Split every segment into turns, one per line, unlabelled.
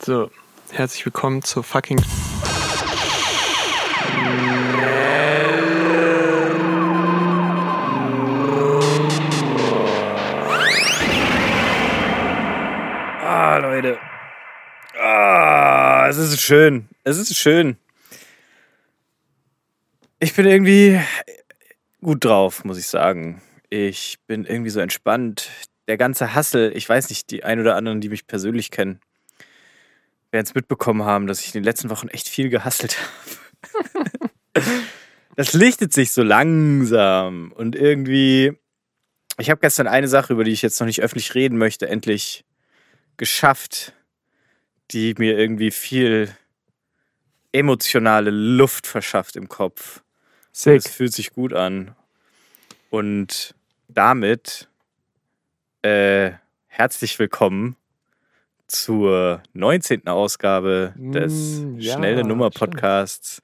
So, herzlich willkommen zur fucking.
Ah, Leute. Ah, es ist schön. Es ist schön. Ich bin irgendwie gut drauf, muss ich sagen. Ich bin irgendwie so entspannt. Der ganze Hassel, ich weiß nicht, die ein oder anderen, die mich persönlich kennen, werden es mitbekommen haben, dass ich in den letzten Wochen echt viel gehasselt habe. das lichtet sich so langsam und irgendwie. Ich habe gestern eine Sache, über die ich jetzt noch nicht öffentlich reden möchte, endlich geschafft, die mir irgendwie viel emotionale Luft verschafft im Kopf. Es
Sick.
fühlt sich gut an. Und damit äh, herzlich willkommen zur 19. Ausgabe des
Mm, ja,
Schnelle Nummer Podcasts.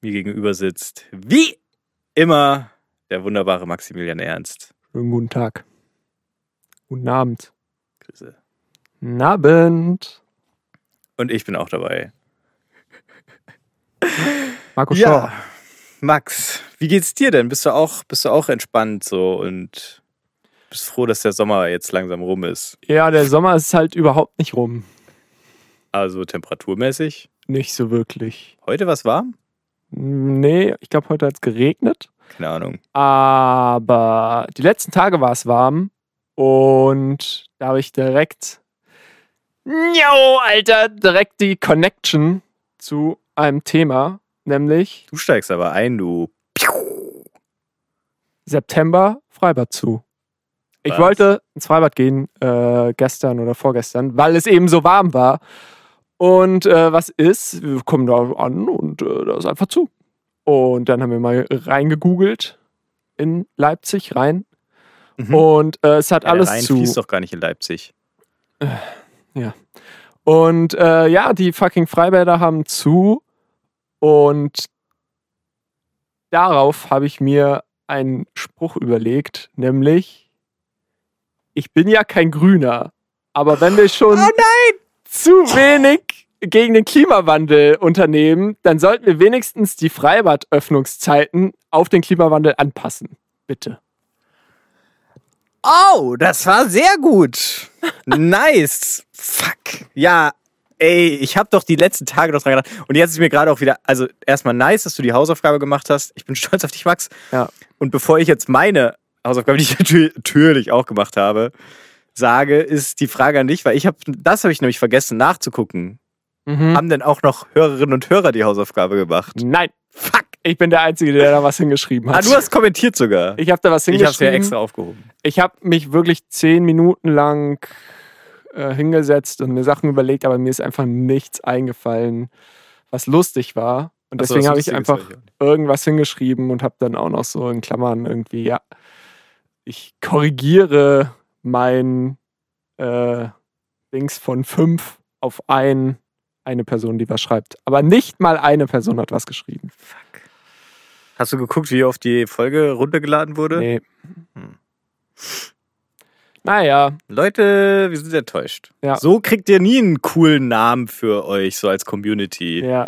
Mir gegenüber sitzt, wie immer, der wunderbare Maximilian Ernst.
Schönen guten Tag. Guten Abend.
Grüße.
Guten Abend.
Und ich bin auch dabei.
Marco
ja.
Schauer.
Max, wie geht's dir denn? Bist du auch, bist du auch entspannt so und bist froh, dass der Sommer jetzt langsam rum ist?
Ja, der Sommer ist halt überhaupt nicht rum.
Also temperaturmäßig.
Nicht so wirklich.
Heute war es warm?
Nee, ich glaube, heute hat es geregnet.
Keine Ahnung.
Aber die letzten Tage war es warm. Und da habe ich direkt. Njau, Alter! Direkt die Connection zu einem Thema, nämlich
Du steigst aber ein, du.
September Freibad zu. Ich
Was?
wollte ins Freibad gehen, äh, gestern oder vorgestern, weil es eben so warm war. Und äh, was ist? Wir kommen da an und äh, da ist einfach zu. Und dann haben wir mal reingegoogelt in Leipzig rein.
Mhm.
Und äh, es hat
Ja,
alles
der Rhein
zu.
fließt doch gar nicht in Leipzig.
Und äh, ja, die fucking Freibäder haben zu. Und darauf habe ich mir einen Spruch überlegt, nämlich, ich bin ja kein Grüner, aber wenn wir
Oh
schon zu wenig gegen den Klimawandel unternehmen, dann sollten wir wenigstens die Freibadöffnungszeiten auf den Klimawandel anpassen. Bitte.
Oh, das war sehr gut. Nice. Fuck. Ja, ey, ich habe doch die letzten Tage noch dran gedacht. Und jetzt ist mir gerade auch wieder, also erstmal nice, dass du die Hausaufgabe gemacht hast. Ich bin stolz auf dich, Max.
Ja.
Und bevor ich jetzt meine Hausaufgabe, die ich natür- natürlich auch gemacht habe, sage, ist die Frage an dich, weil ich habe, das habe ich nämlich vergessen nachzugucken.
Hm.
Haben denn auch noch Hörerinnen und Hörer die Hausaufgabe gemacht?
Nein,
Fuck.
ich bin der Einzige, der da was hingeschrieben
Ah,
hat.
du hast kommentiert sogar.
ich habe da was
Ich
hingeschrieben.
habe es ja extra aufgehoben.
ich habe mich wirklich zehn Minuten lang äh, hingesetzt und mir Sachen überlegt, aber mir ist einfach nichts eingefallen, was lustig war. Und
Ach so,
deswegen
was
habe ich
Lustiges war
einfach
ich auch nicht.
irgendwas hingeschrieben und habe dann auch noch so in Klammern irgendwie, ja, ich korrigiere mein äh, Dings von fünf auf ein, eine Person, die was schreibt. Aber nicht mal eine Person hat was geschrieben.
Hast du geguckt, wie oft die Folge runtergeladen wurde?
Nee.
Hm.
Naja,
Leute, wir sind enttäuscht.
Ja.
So kriegt ihr nie einen coolen Namen für euch, so als Community.
ja.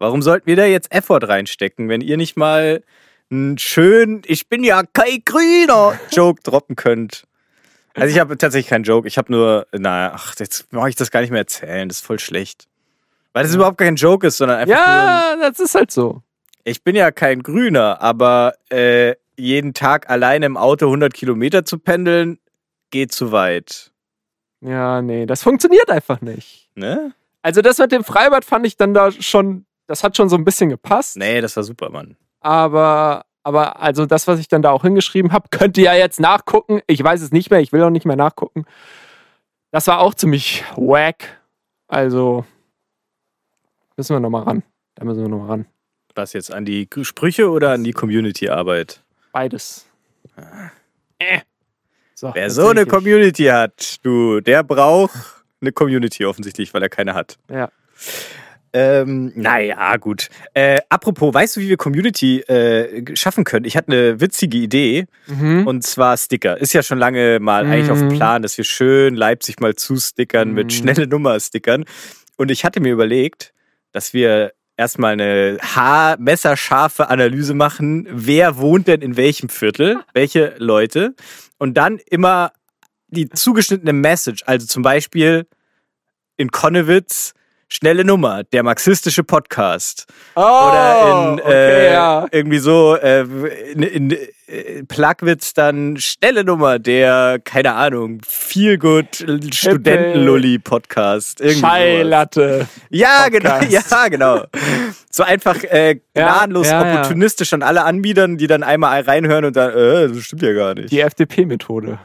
Warum sollten wir da jetzt Effort reinstecken, wenn ihr nicht mal einen schönen Ich bin ja Kai Grüner Joke droppen könnt? Also ich habe tatsächlich keinen Joke. Ich habe nur, na, ach, jetzt brauche ich das gar nicht mehr erzählen. Das ist voll schlecht. Weil das überhaupt kein Joke ist, sondern einfach nur ein
Ja, das ist halt so.
ich bin ja kein Grüner, aber äh, jeden Tag alleine im Auto 100 Kilometer zu pendeln, geht zu weit.
Ja, nee, das funktioniert einfach nicht.
Ne?
Also das mit dem Freibad fand ich dann da schon, das hat schon so ein bisschen gepasst.
Nee, das war super, Mann.
Aber, aber also das, was ich dann da auch hingeschrieben habe, könnt ihr ja jetzt nachgucken. Ich weiß es nicht mehr, ich will auch nicht mehr nachgucken. Das war auch ziemlich wack. Also müssen wir nochmal ran. Da müssen wir nochmal ran.
Was jetzt an die G- Sprüche oder an die Community-Arbeit?
Beides. Äh.
Ah. Wer
jetzt
so
bin
eine
ich durch.
Community hat, du, der braucht eine Community offensichtlich, weil er keine hat.
Ja.
Ähm, naja, gut. Äh, apropos, weißt du, wie wir Community äh, g- schaffen können? Ich hatte eine witzige Idee.
Mhm.
Und zwar Sticker. Ist ja schon lange mal eigentlich auf dem
Mhm.
Plan, dass wir schön Leipzig mal zustickern
Mhm.
mit schnelle Nummer-Stickern. Und ich hatte mir überlegt, dass wir erstmal eine haarmesserscharfe Analyse machen, wer wohnt denn in welchem Viertel, welche Leute. Und dann immer die zugeschnittene Message, also zum Beispiel in Konnewitz, schnelle Nummer, der marxistische Podcast.
Oh,
Oder in,
okay,
äh,
ja.
irgendwie so, äh, in, in äh, Plagwitz dann schnelle Nummer, der, keine Ahnung, Feel Good Studentenlulli Podcast. irgendwie sowas.
Scheilatte.
Ja, genau,
Podcast.
ja, genau. So einfach äh, gnadenlos
ja, ja.
opportunistisch an alle Anbietern, die dann einmal reinhören und dann, äh, das stimmt ja gar nicht.
Die FDP-Methode.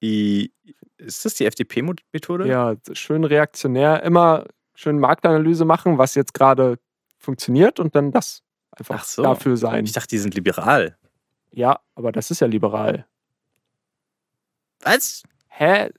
Die, ist das die FDP-Methode?
Ja, schön reaktionär. Immer schön Marktanalyse machen, was jetzt gerade funktioniert und dann das einfach
Ach so.
dafür sein.
Ich dachte, die sind liberal.
Ja, aber das ist ja liberal.
Was?
Hä?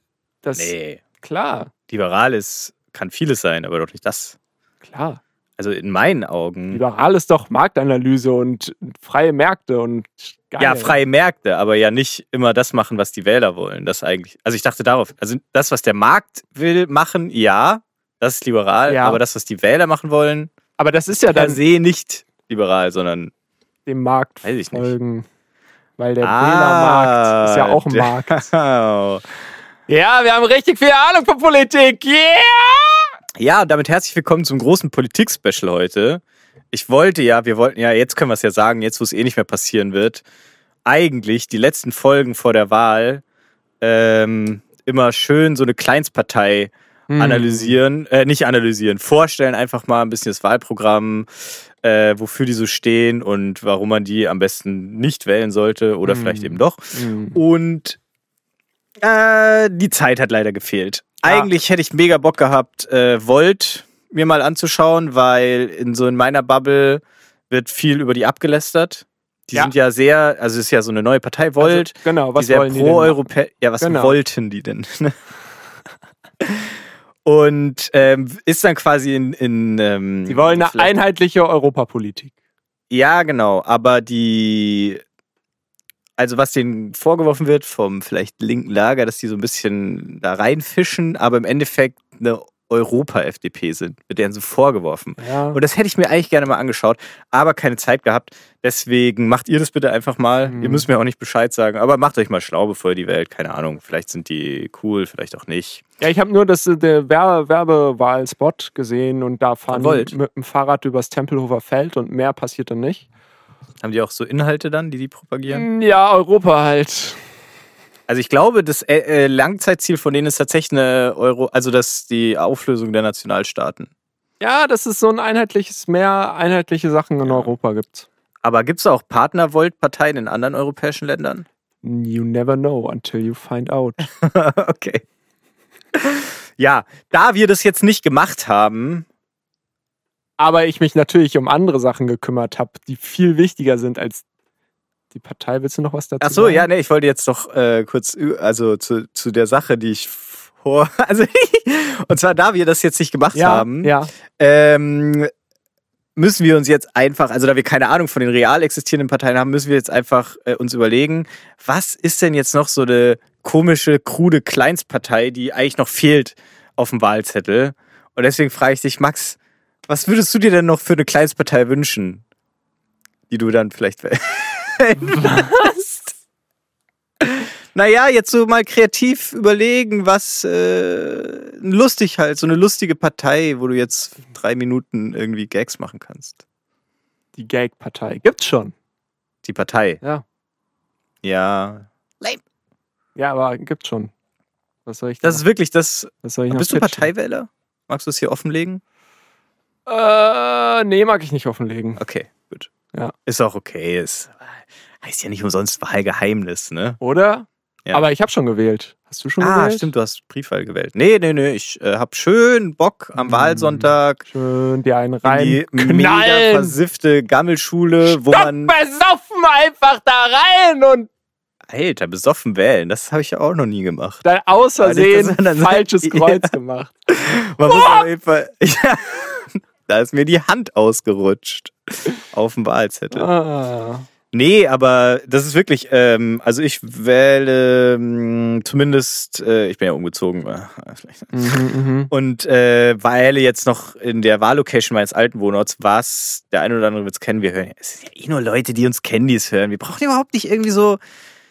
Das
Nee.
klar,
Liberal ist, kann vieles sein, aber doch nicht das.
klar.
Also in meinen Augen.
Liberal ist doch Marktanalyse und freie Märkte und geil.
Ja, freie Märkte, aber ja nicht immer das machen, was die Wähler wollen. Das eigentlich. Also ich dachte darauf, also das, was der Markt will machen, ja, das ist liberal,
Ja.
aber das, was die Wähler machen wollen,
Aber das ist ja
per
dann
se nicht liberal, sondern
dem Markt
Weiß ich nicht.
folgen. Weil der
Ah,
Wählermarkt ist ja auch ein
der-
Markt.
Wow.
Ja, wir haben richtig viel Ahnung von Politik. Yeah!
Ja, und damit herzlich willkommen zum großen Politik-Special heute. Ich wollte ja, wir wollten ja, jetzt können wir es ja sagen, jetzt wo es eh nicht mehr passieren wird, eigentlich die letzten Folgen vor der Wahl ähm, immer schön so eine Kleinstpartei
Mhm. Hm.
analysieren, äh, nicht analysieren, vorstellen einfach mal ein bisschen das Wahlprogramm, äh, wofür die so stehen und warum man die am besten nicht wählen sollte oder
Hm.
vielleicht eben doch.
Hm.
Und äh, die Zeit hat leider gefehlt.
Ja.
Eigentlich hätte ich mega Bock gehabt, äh, Volt mir mal anzuschauen, weil in so in meiner Bubble wird viel über die abgelästert. Die
Ja.
sind ja sehr, also es ist ja so eine neue Partei, Volt,
Also, genau,
die
was
sehr
wollen die denn machen?
pro-europäisch. Ja, was
Genau.
wollten die denn? Und ähm, ist dann quasi in. in ähm,
Die wollen eine
vielleicht-
einheitliche Europapolitik.
ja, genau, aber die. Also, was denen vorgeworfen wird vom vielleicht linken Lager, dass die so ein bisschen da reinfischen, aber im Endeffekt eine Europa-FDP sind, wird denen so vorgeworfen.
Ja.
Und das hätte ich mir eigentlich gerne mal angeschaut, aber keine Zeit gehabt. Deswegen macht ihr das bitte einfach mal.
Mhm.
Ihr müsst mir auch nicht Bescheid sagen, aber macht euch mal schlau, bevor ihr die Welt, keine Ahnung, vielleicht sind die cool, vielleicht auch nicht.
Ja, ich habe nur das äh, der Werbe Werbewahlspot gesehen und da fahren die
Volt.
mit dem Fahrrad übers Tempelhofer Feld und mehr passiert dann nicht. Mm,
Haben die auch so Inhalte dann, die die propagieren?
Ja, Europa halt.
Mhm. Also ich glaube, das äh, äh, Langzeitziel von denen ist tatsächlich eine Euro, also dass die Auflösung der Nationalstaaten.
Ja, dass es so ein einheitliches Meer, einheitliche Sachen in
Ja.
Europa gibt.
Aber gibt es auch Partnervolt-Parteien in anderen europäischen Ländern?
You never know until you find out.
okay. Ja, da wir das jetzt nicht gemacht haben,
Aber ich mich natürlich um andere Sachen gekümmert habe, die viel wichtiger sind als die Partei. Willst du noch was dazu
Ach so,
sagen?
ja, nee, ich wollte jetzt noch äh, kurz, ü- also zu, zu der Sache, die ich vor, also und zwar, da wir das jetzt nicht gemacht
ja,
haben,
ja.
ähm, müssen wir uns jetzt einfach, also da wir keine Ahnung von den real existierenden Parteien haben, müssen wir jetzt einfach äh, uns überlegen, was ist denn jetzt noch so eine komische, krude Kleinstpartei, die eigentlich noch fehlt auf dem Wahlzettel? Und deswegen frage ich dich, Max, was würdest du dir denn noch für eine Kleinstpartei wünschen, die du dann vielleicht wählen würdest? Naja, jetzt so mal kreativ überlegen, was äh, lustig halt, so eine lustige Partei, wo du jetzt drei Minuten irgendwie Gags machen kannst.
Die Gag-Partei. Gibt's schon.
Die Partei.
Ja.
Ja.
Ja, aber gibt's schon. Was soll ich
Das
da-
ist wirklich das.
was soll ich noch
Bist du
pitchen?
Parteiwähler? Magst du es hier offenlegen?
Äh, nee, mag ich nicht offenlegen.
Okay, gut.
Ja.
Ist auch okay. Ist, heißt ja nicht umsonst Wahlgeheimnis, ne?
Oder?
Ja.
Aber ich habe schon gewählt. Hast du schon
Ah,
gewählt?
stimmt, du hast Briefwahl gewählt. Nee, nee, nee, ich äh, hab schön Bock am
Mm.
Wahlsonntag
Schön, dir einen
in
rein.
die mega
knallen.
versiffte Gammelschule, wo man
besoffen einfach da rein und
Alter, besoffen wählen, das habe ich ja auch noch nie gemacht.
dann aus Versehen
Ja, das- das-
falsches
Ja.
Kreuz gemacht.
Man muss auf jeden Fall, ja, da ist mir die Hand ausgerutscht auf dem Wahlzettel.
Ah.
Nee, aber das ist wirklich, ähm, also ich wähle ähm, zumindest, äh, ich bin ja umgezogen, äh, vielleicht.
Mhm,
und äh, wähle jetzt noch in der Wahllocation meines alten Wohnorts, was der eine oder andere wird es kennen. Wir hören, ja- es sind ja eh nur Leute, die uns kennen, die es hören. Wir brauchen überhaupt nicht irgendwie so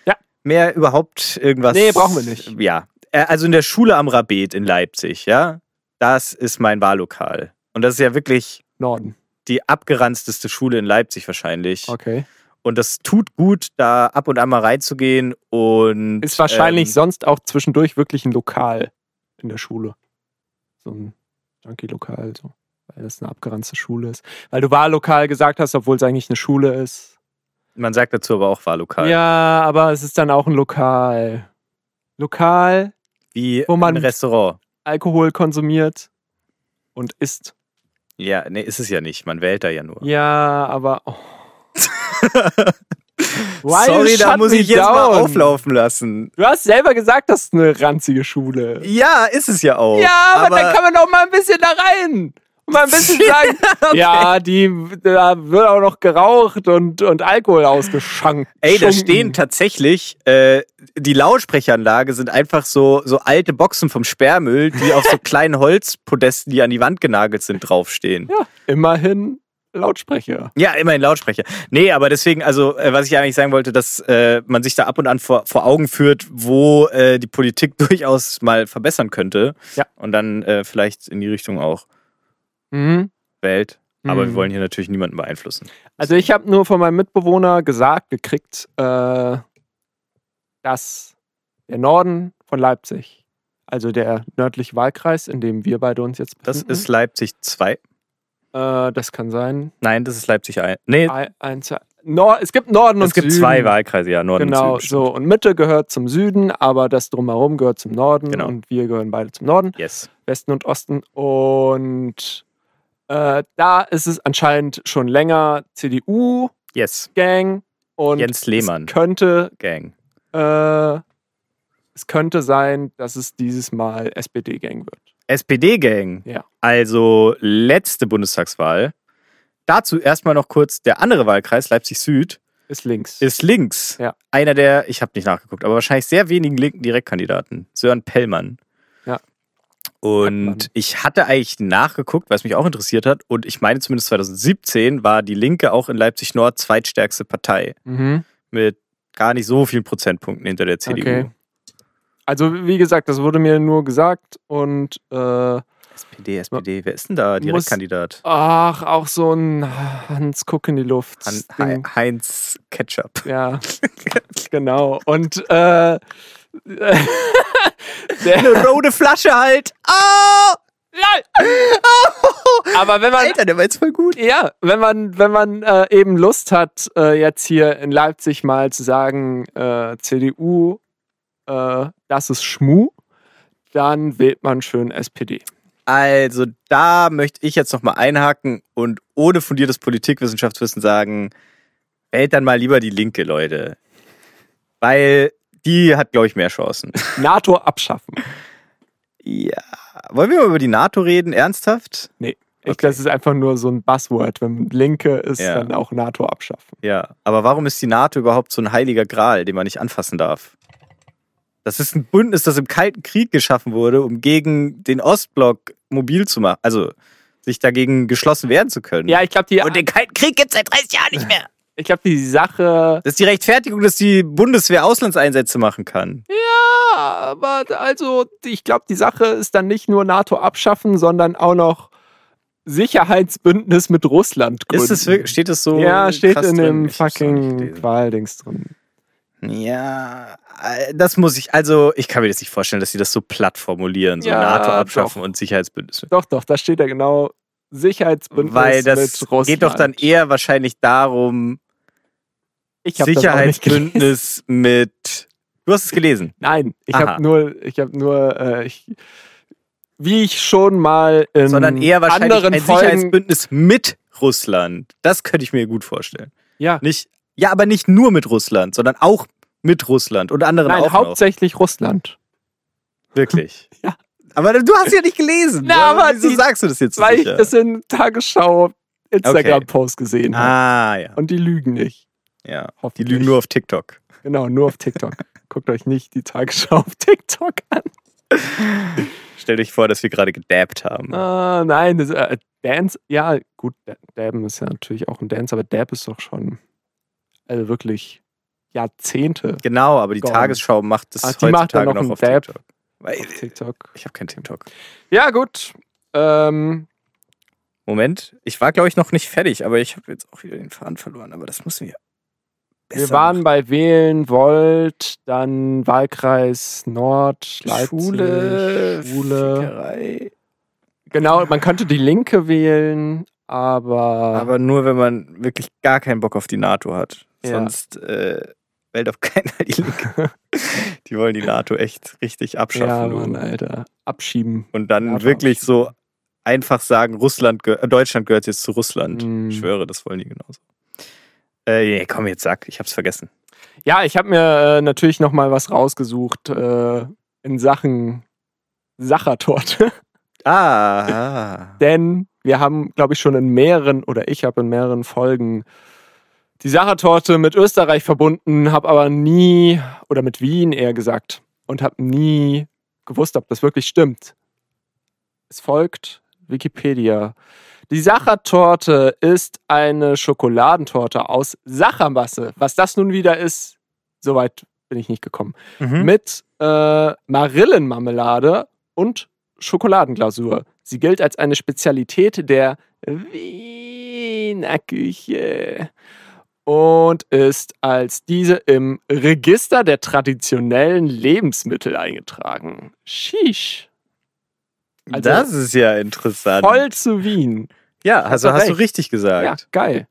Ja.
mehr überhaupt irgendwas.
Nee, brauchen wir nicht.
Ja, Äh, also in der Schule am Rabet in Leipzig, ja, das ist mein Wahllokal. Und das ist ja wirklich
Norden.
die abgeranzteste Schule in Leipzig wahrscheinlich.
Okay.
Und das tut gut, da ab und an mal reinzugehen und.
Ist wahrscheinlich
ähm,
sonst auch zwischendurch wirklich ein Lokal in der Schule. So ein Junkie-Lokal, so. Weil das eine abgeranzte Schule ist. Weil du Wahllokal gesagt hast, obwohl es eigentlich eine Schule ist.
Man sagt dazu aber auch Wahllokal.
Ja, aber es ist dann auch ein Lokal. Lokal,
Wie
Wo man-
ein Restaurant.
Alkohol konsumiert und isst.
Ja, nee, ist es ja nicht. Man wählt da ja nur.
Ja, aber. Oh. Why you
Sorry, da
shut
muss
me
ich jetzt mal
down?
auflaufen lassen.
Du hast selber gesagt, das ist eine ranzige Schule.
Ja, ist es ja auch.
ja, aber, dann kann man doch mal ein bisschen da rein. Und mal ein bisschen sagen, ja, die, da wird auch noch geraucht und, und Alkohol ausgeschankt.
Ey, da
Schunken.
stehen tatsächlich, äh, die Lautsprecheranlage sind einfach so, so alte Boxen vom Sperrmüll, die auf so kleinen Holzpodesten, die an die Wand genagelt sind, draufstehen.
Ja, immerhin Lautsprecher.
Ja, immerhin Lautsprecher. Nee, aber deswegen, also äh, was ich eigentlich sagen wollte, dass äh, man sich da ab und an vor, vor Augen führt, wo äh, die Politik durchaus mal verbessern könnte.
Ja.
Und dann äh, vielleicht in die Richtung auch
Mhm.
wählt. Aber
Mhm.
wir wollen hier natürlich niemanden beeinflussen.
Also ich habe nur von meinem Mitbewohner gesagt gekriegt, äh, dass der Norden von Leipzig, also der nördliche Wahlkreis, in dem wir beide uns jetzt
Das
befinden,
ist Leipzig 2.
äh, das kann sein.
Nein, das ist Leipzig 1. Nee,
Ei- eins- Nor es gibt Norden und
es gibt
Süden.
zwei Wahlkreise, ja, Norden
Genau,
und Süden.
so. Und Mitte gehört zum Süden, aber das drumherum gehört zum Norden
Genau.
und wir gehören beide zum Norden.
Yes.
Westen und Osten. Und äh, da ist es anscheinend schon länger CDU-Gang
Yes.
und
Jens Lehmann.
es könnte,
Gang.
äh, es könnte sein, dass es dieses Mal SPD-Gang wird.
SPD-Gang.
Ja.
Also letzte Bundestagswahl. Dazu erstmal noch kurz der andere Wahlkreis, Leipzig Süd.
Ist links.
ist links.
Ja.
Einer der, ich habe nicht nachgeguckt, aber wahrscheinlich sehr wenigen linken Direktkandidaten. Sören Pellmann.
Ja.
Und
Pellmann.
ich hatte eigentlich nachgeguckt, weil es mich auch interessiert hat. Und ich meine, zumindest 2017 war die Linke auch in Leipzig Nord zweitstärkste Partei.
Mhm.
Mit gar nicht so vielen Prozentpunkten hinter der CDU.
Okay. Also, wie gesagt, das wurde mir nur gesagt und äh,
SPD, SPD, wer ist denn da Direktkandidat?
ach, auch so ein Hans Guck in die Luft.
Han
Ding.
Hei- Heinz Ketchup.
Ja, genau. Und äh, der,
Eine rote Flasche halt.
aber wenn man
Alter, der war jetzt voll gut.
ja, wenn man wenn man äh, eben Lust hat, äh, jetzt hier in Leipzig mal zu sagen, äh, CDU, äh, das ist Schmu, dann wählt man schön SPD.
Also da möchte ich jetzt nochmal einhaken und ohne fundiertes Politikwissenschaftswissen sagen, wählt dann mal lieber die Linke, Leute. Weil die hat, glaube ich, mehr Chancen.
NATO abschaffen.
Ja. Wollen wir mal über die NATO reden, ernsthaft?
Ich,
Okay.
Das ist einfach nur so ein Buzzword. Wenn Linke ist,
Ja.
dann auch NATO abschaffen.
Ja. Aber warum ist die NATO überhaupt so ein heiliger Gral, den man nicht anfassen darf? Das ist ein Bündnis, das im Kalten Krieg geschaffen wurde, um gegen den Ostblock mobil zu machen. Also sich dagegen geschlossen wehren zu können.
Ja, ich glaube, die,
Und den Kalten Krieg gibt es seit 30 Jahren nicht mehr.
ich glaub, die Sache.
Das ist die Rechtfertigung, dass die Bundeswehr Auslandseinsätze machen kann.
Ja, aber also, ich glaube, die Sache ist dann nicht nur NATO abschaffen, sondern auch noch Sicherheitsbündnis mit Russland gründen.
Ist es, wirklich- steht es so?
ja, steht
krass
in
drin?
dem
Ich hab's noch nicht
fucking
gelesen.
Wahldings drin.
Ja, äh, das muss ich. Also, ich kann mir das nicht vorstellen, dass sie das so platt formulieren, so
Ja,
NATO abschaffen und Sicherheitsbündnisse.
Doch, doch, da steht ja genau Sicherheitsbündnis
Weil das
mit Russland.
geht doch dann eher wahrscheinlich darum,
ich hab das auch nicht gelesen.
Sicherheitsbündnis mit. Du hast es gelesen.
Nein, ich
Aha.
habe nur, ich habe nur, äh, ich, wie ich schon mal in
Sondern eher wahrscheinlich
Ähm, anderen
ein
Folgen,
Sicherheitsbündnis mit Russland. Das könnte ich mir gut vorstellen.
ja,
Nicht, ja, aber nicht nur mit Russland, sondern auch mit Russland und anderen
nein,
auch
hauptsächlich Russland.
noch. Wirklich.
Ja.
Aber du hast ja nicht gelesen.
Na,
oder?
aber
Wieso
die-
sagst du das jetzt so
Weil ich
sicher?
das in Tagesschau Instagram-Post gesehen habe.
ah, ja.
Und die lügen nicht.
Ja. Die
Hoffentlich.
lügen nur auf TikTok.
Genau, nur auf TikTok. Guckt euch nicht die Tagesschau auf TikTok an.
Stell dich vor, dass wir gerade gedabbt haben.
Ah, nein, das, äh, Dance, ja, gut, Da- Dabben ist ja natürlich auch ein Dance, aber Dab ist doch schon, also wirklich Jahrzehnte
Genau, aber die
Gone.
Tagesschau macht das
Ah, die macht ja
heutzutage
noch
noch,
einen
auf
Dab.
TikTok. Weil,
auf TikTok.
ich habe kein TikTok.
Ja, gut. Ähm,
Moment, ich war, glaube ich, noch nicht fertig, aber ich habe jetzt auch wieder den Faden verloren, aber das müssen wir.
wir waren bei Wählen, Volt, dann Wahlkreis Nord, Leipzig,
Schule,
Schule.
Fickerei.
Genau, man könnte die Linke wählen, aber,
Aber nur, wenn man wirklich gar keinen Bock auf die NATO hat.
Ja.
Sonst äh, wählt auf keinen Fall die Linke. die wollen die NATO echt richtig
ja,
abschaffen. du.
Mann, Alter, abschieben.
Und dann
NATO
wirklich
abschaffen.
so einfach sagen, Russland, gehö- äh, Deutschland gehört jetzt zu Russland.
Mm.
Ich schwöre, das wollen die genauso. Äh, nee, komm, jetzt sag, ich hab's vergessen.
Ja, ich habe mir äh, natürlich noch mal was rausgesucht äh, in Sachen Sachertorte.
Ah,
Denn wir haben, glaube ich, schon in mehreren oder ich habe in mehreren Folgen die Sachertorte mit Österreich verbunden, habe aber nie oder mit Wien eher gesagt und habe nie gewusst, ob das wirklich stimmt. Es folgt Wikipedia. Die Sachertorte ist eine Schokoladentorte aus Sachermasse. Was das nun wieder ist, soweit bin ich nicht gekommen
mhm.
mit äh, Marillenmarmelade und Schokoladenglasur. Sie gilt als eine Spezialität der Wiener Küche und ist als diese im Register der traditionellen Lebensmittel eingetragen. Sheesh. also-
das ist ja interessant.
Voll zu Wien.
Ja, also
er
hast du
recht.
richtig
Ja,
gesagt.
geil.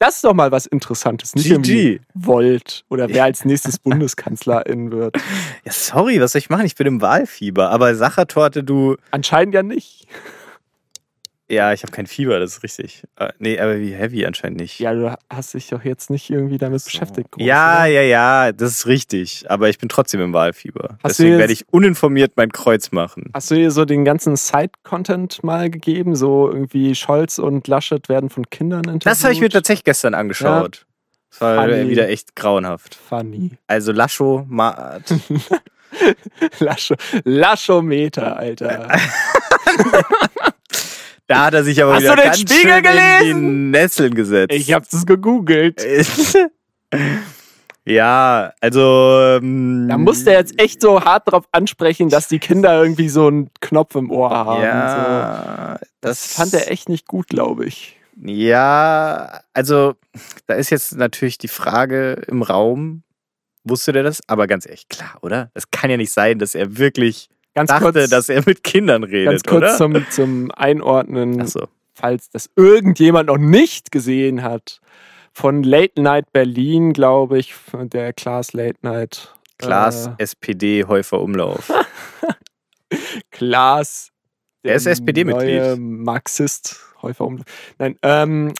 Das ist doch mal was Interessantes. Nicht irgendwie
GG.
Volt oder wer als nächstes Bundeskanzlerin wird.
Ja, sorry, was soll ich machen? Ich bin im Wahlfieber. Aber Sachertorte, du.
Anscheinend ja nicht.
Ja, ich habe kein Fieber, das ist richtig. Äh, nee, aber wie heavy anscheinend nicht.
Ja, du hast dich doch jetzt nicht irgendwie damit beschäftigt. groß,
ja,
oder?
ja, ja, das ist richtig. Aber ich bin trotzdem im
Hast
Wahlfieber.
du
Deswegen
jetzt-
werde ich uninformiert mein Kreuz machen.
Hast du dir so den ganzen Side-Content mal gegeben? So irgendwie Scholz und Laschet werden von Kindern interviewt?
Das habe ich mir tatsächlich gestern angeschaut. Das war
Funny.
wieder echt grauenhaft.
Funny.
Also Lascho, Maat.
Lascho, Laschometer, Alter.
Da hat er sich aber
Hast
wieder
du den
ganz
Spiegel
schön in
gelesen?
die Nesseln gesetzt.
Ich hab's
Äh,
gegoogelt.
ja, also. Ähm,
Da muss der jetzt echt so hart drauf ansprechen, dass die Kinder irgendwie so einen Knopf im Ohr haben. So.
Ja,
Das
das,
fand er echt nicht gut, glaube ich.
Ja, also da ist jetzt natürlich die Frage im Raum. Wusste der das? Aber ganz ehrlich, klar, oder? Es kann ja nicht sein, dass er wirklich
Ganz
dachte,
kurz,
dass er mit Kindern redet,
ganz kurz
oder?
zum, zum Einordnen.
Ach so.
falls das irgendjemand noch nicht gesehen hat, von Late Night Berlin, glaube ich, von der Klaas Late Night.
Klaas,
Äh,
SPD, Häufer Umlauf.
Klaas.
Er ist
der
SPD-Mitglied.
neue Marxist, Häufer um. Nein, ähm,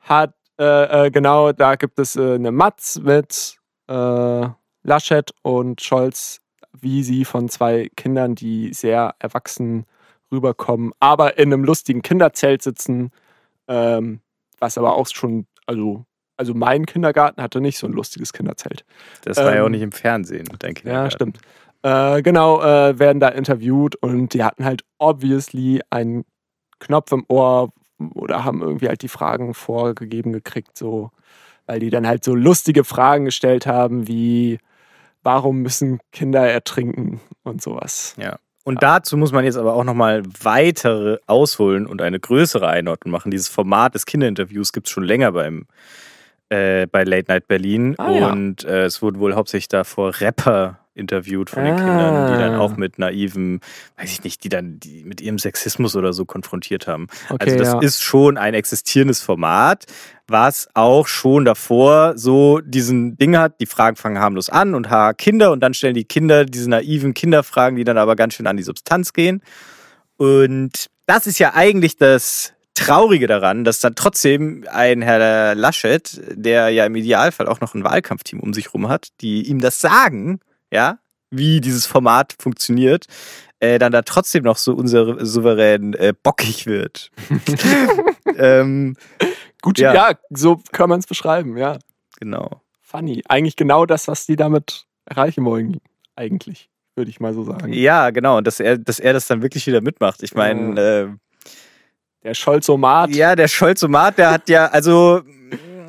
hat, äh, äh, genau, da gibt es äh, eine Matz mit äh, Laschet und Scholz, wie sie von zwei Kindern, die sehr erwachsen rüberkommen, aber in einem lustigen Kinderzelt sitzen, ähm, was aber auch schon, also, also mein Kindergarten hatte nicht so ein lustiges Kinderzelt.
Das war ja auch
Ähm,
nicht im Fernsehen, denke ich.
Ja, stimmt. Äh, genau, äh, werden da interviewt und die hatten halt obviously einen Knopf im Ohr oder haben irgendwie halt die Fragen vorgegeben gekriegt, so, weil die dann halt so lustige Fragen gestellt haben, wie warum müssen Kinder ertrinken und sowas.
Und dazu muss man jetzt aber auch nochmal weitere ausholen und eine größere Einordnung machen. Dieses Format des Kinderinterviews gibt es schon länger beim, äh, bei Late Night Berlin.
Ah, ja.
Und äh, es wurden wohl hauptsächlich davor Rapper interviewt von den
Ah.
Kindern, die dann auch mit naiven, weiß ich nicht, die dann die mit ihrem Sexismus oder so konfrontiert haben.
Okay,
also das
ja.
ist schon ein existierendes Format, was auch schon davor so diesen Ding hat, die Fragen fangen harmlos an und ha Kinder und dann stellen die Kinder diese naiven Kinderfragen, die dann aber ganz schön an die Substanz gehen. Und das ist ja eigentlich das Traurige daran, dass dann trotzdem ein Herr Laschet, der ja im Idealfall auch noch ein Wahlkampfteam um sich rum hat, die ihm das sagen, ja, wie dieses Format funktioniert, äh, dann da trotzdem noch so unsere souverän äh, bockig wird. ähm,
Gut,
ja.
ja. so kann man es beschreiben, ja.
Genau.
Funny. Eigentlich genau das, was die damit erreichen wollen, eigentlich, würde ich mal so sagen.
Ja, genau. Und dass er, dass er das dann wirklich wieder mitmacht. Ich meine, äh,
Der Scholzomat.
ja, der Scholzomat, der hat ja, also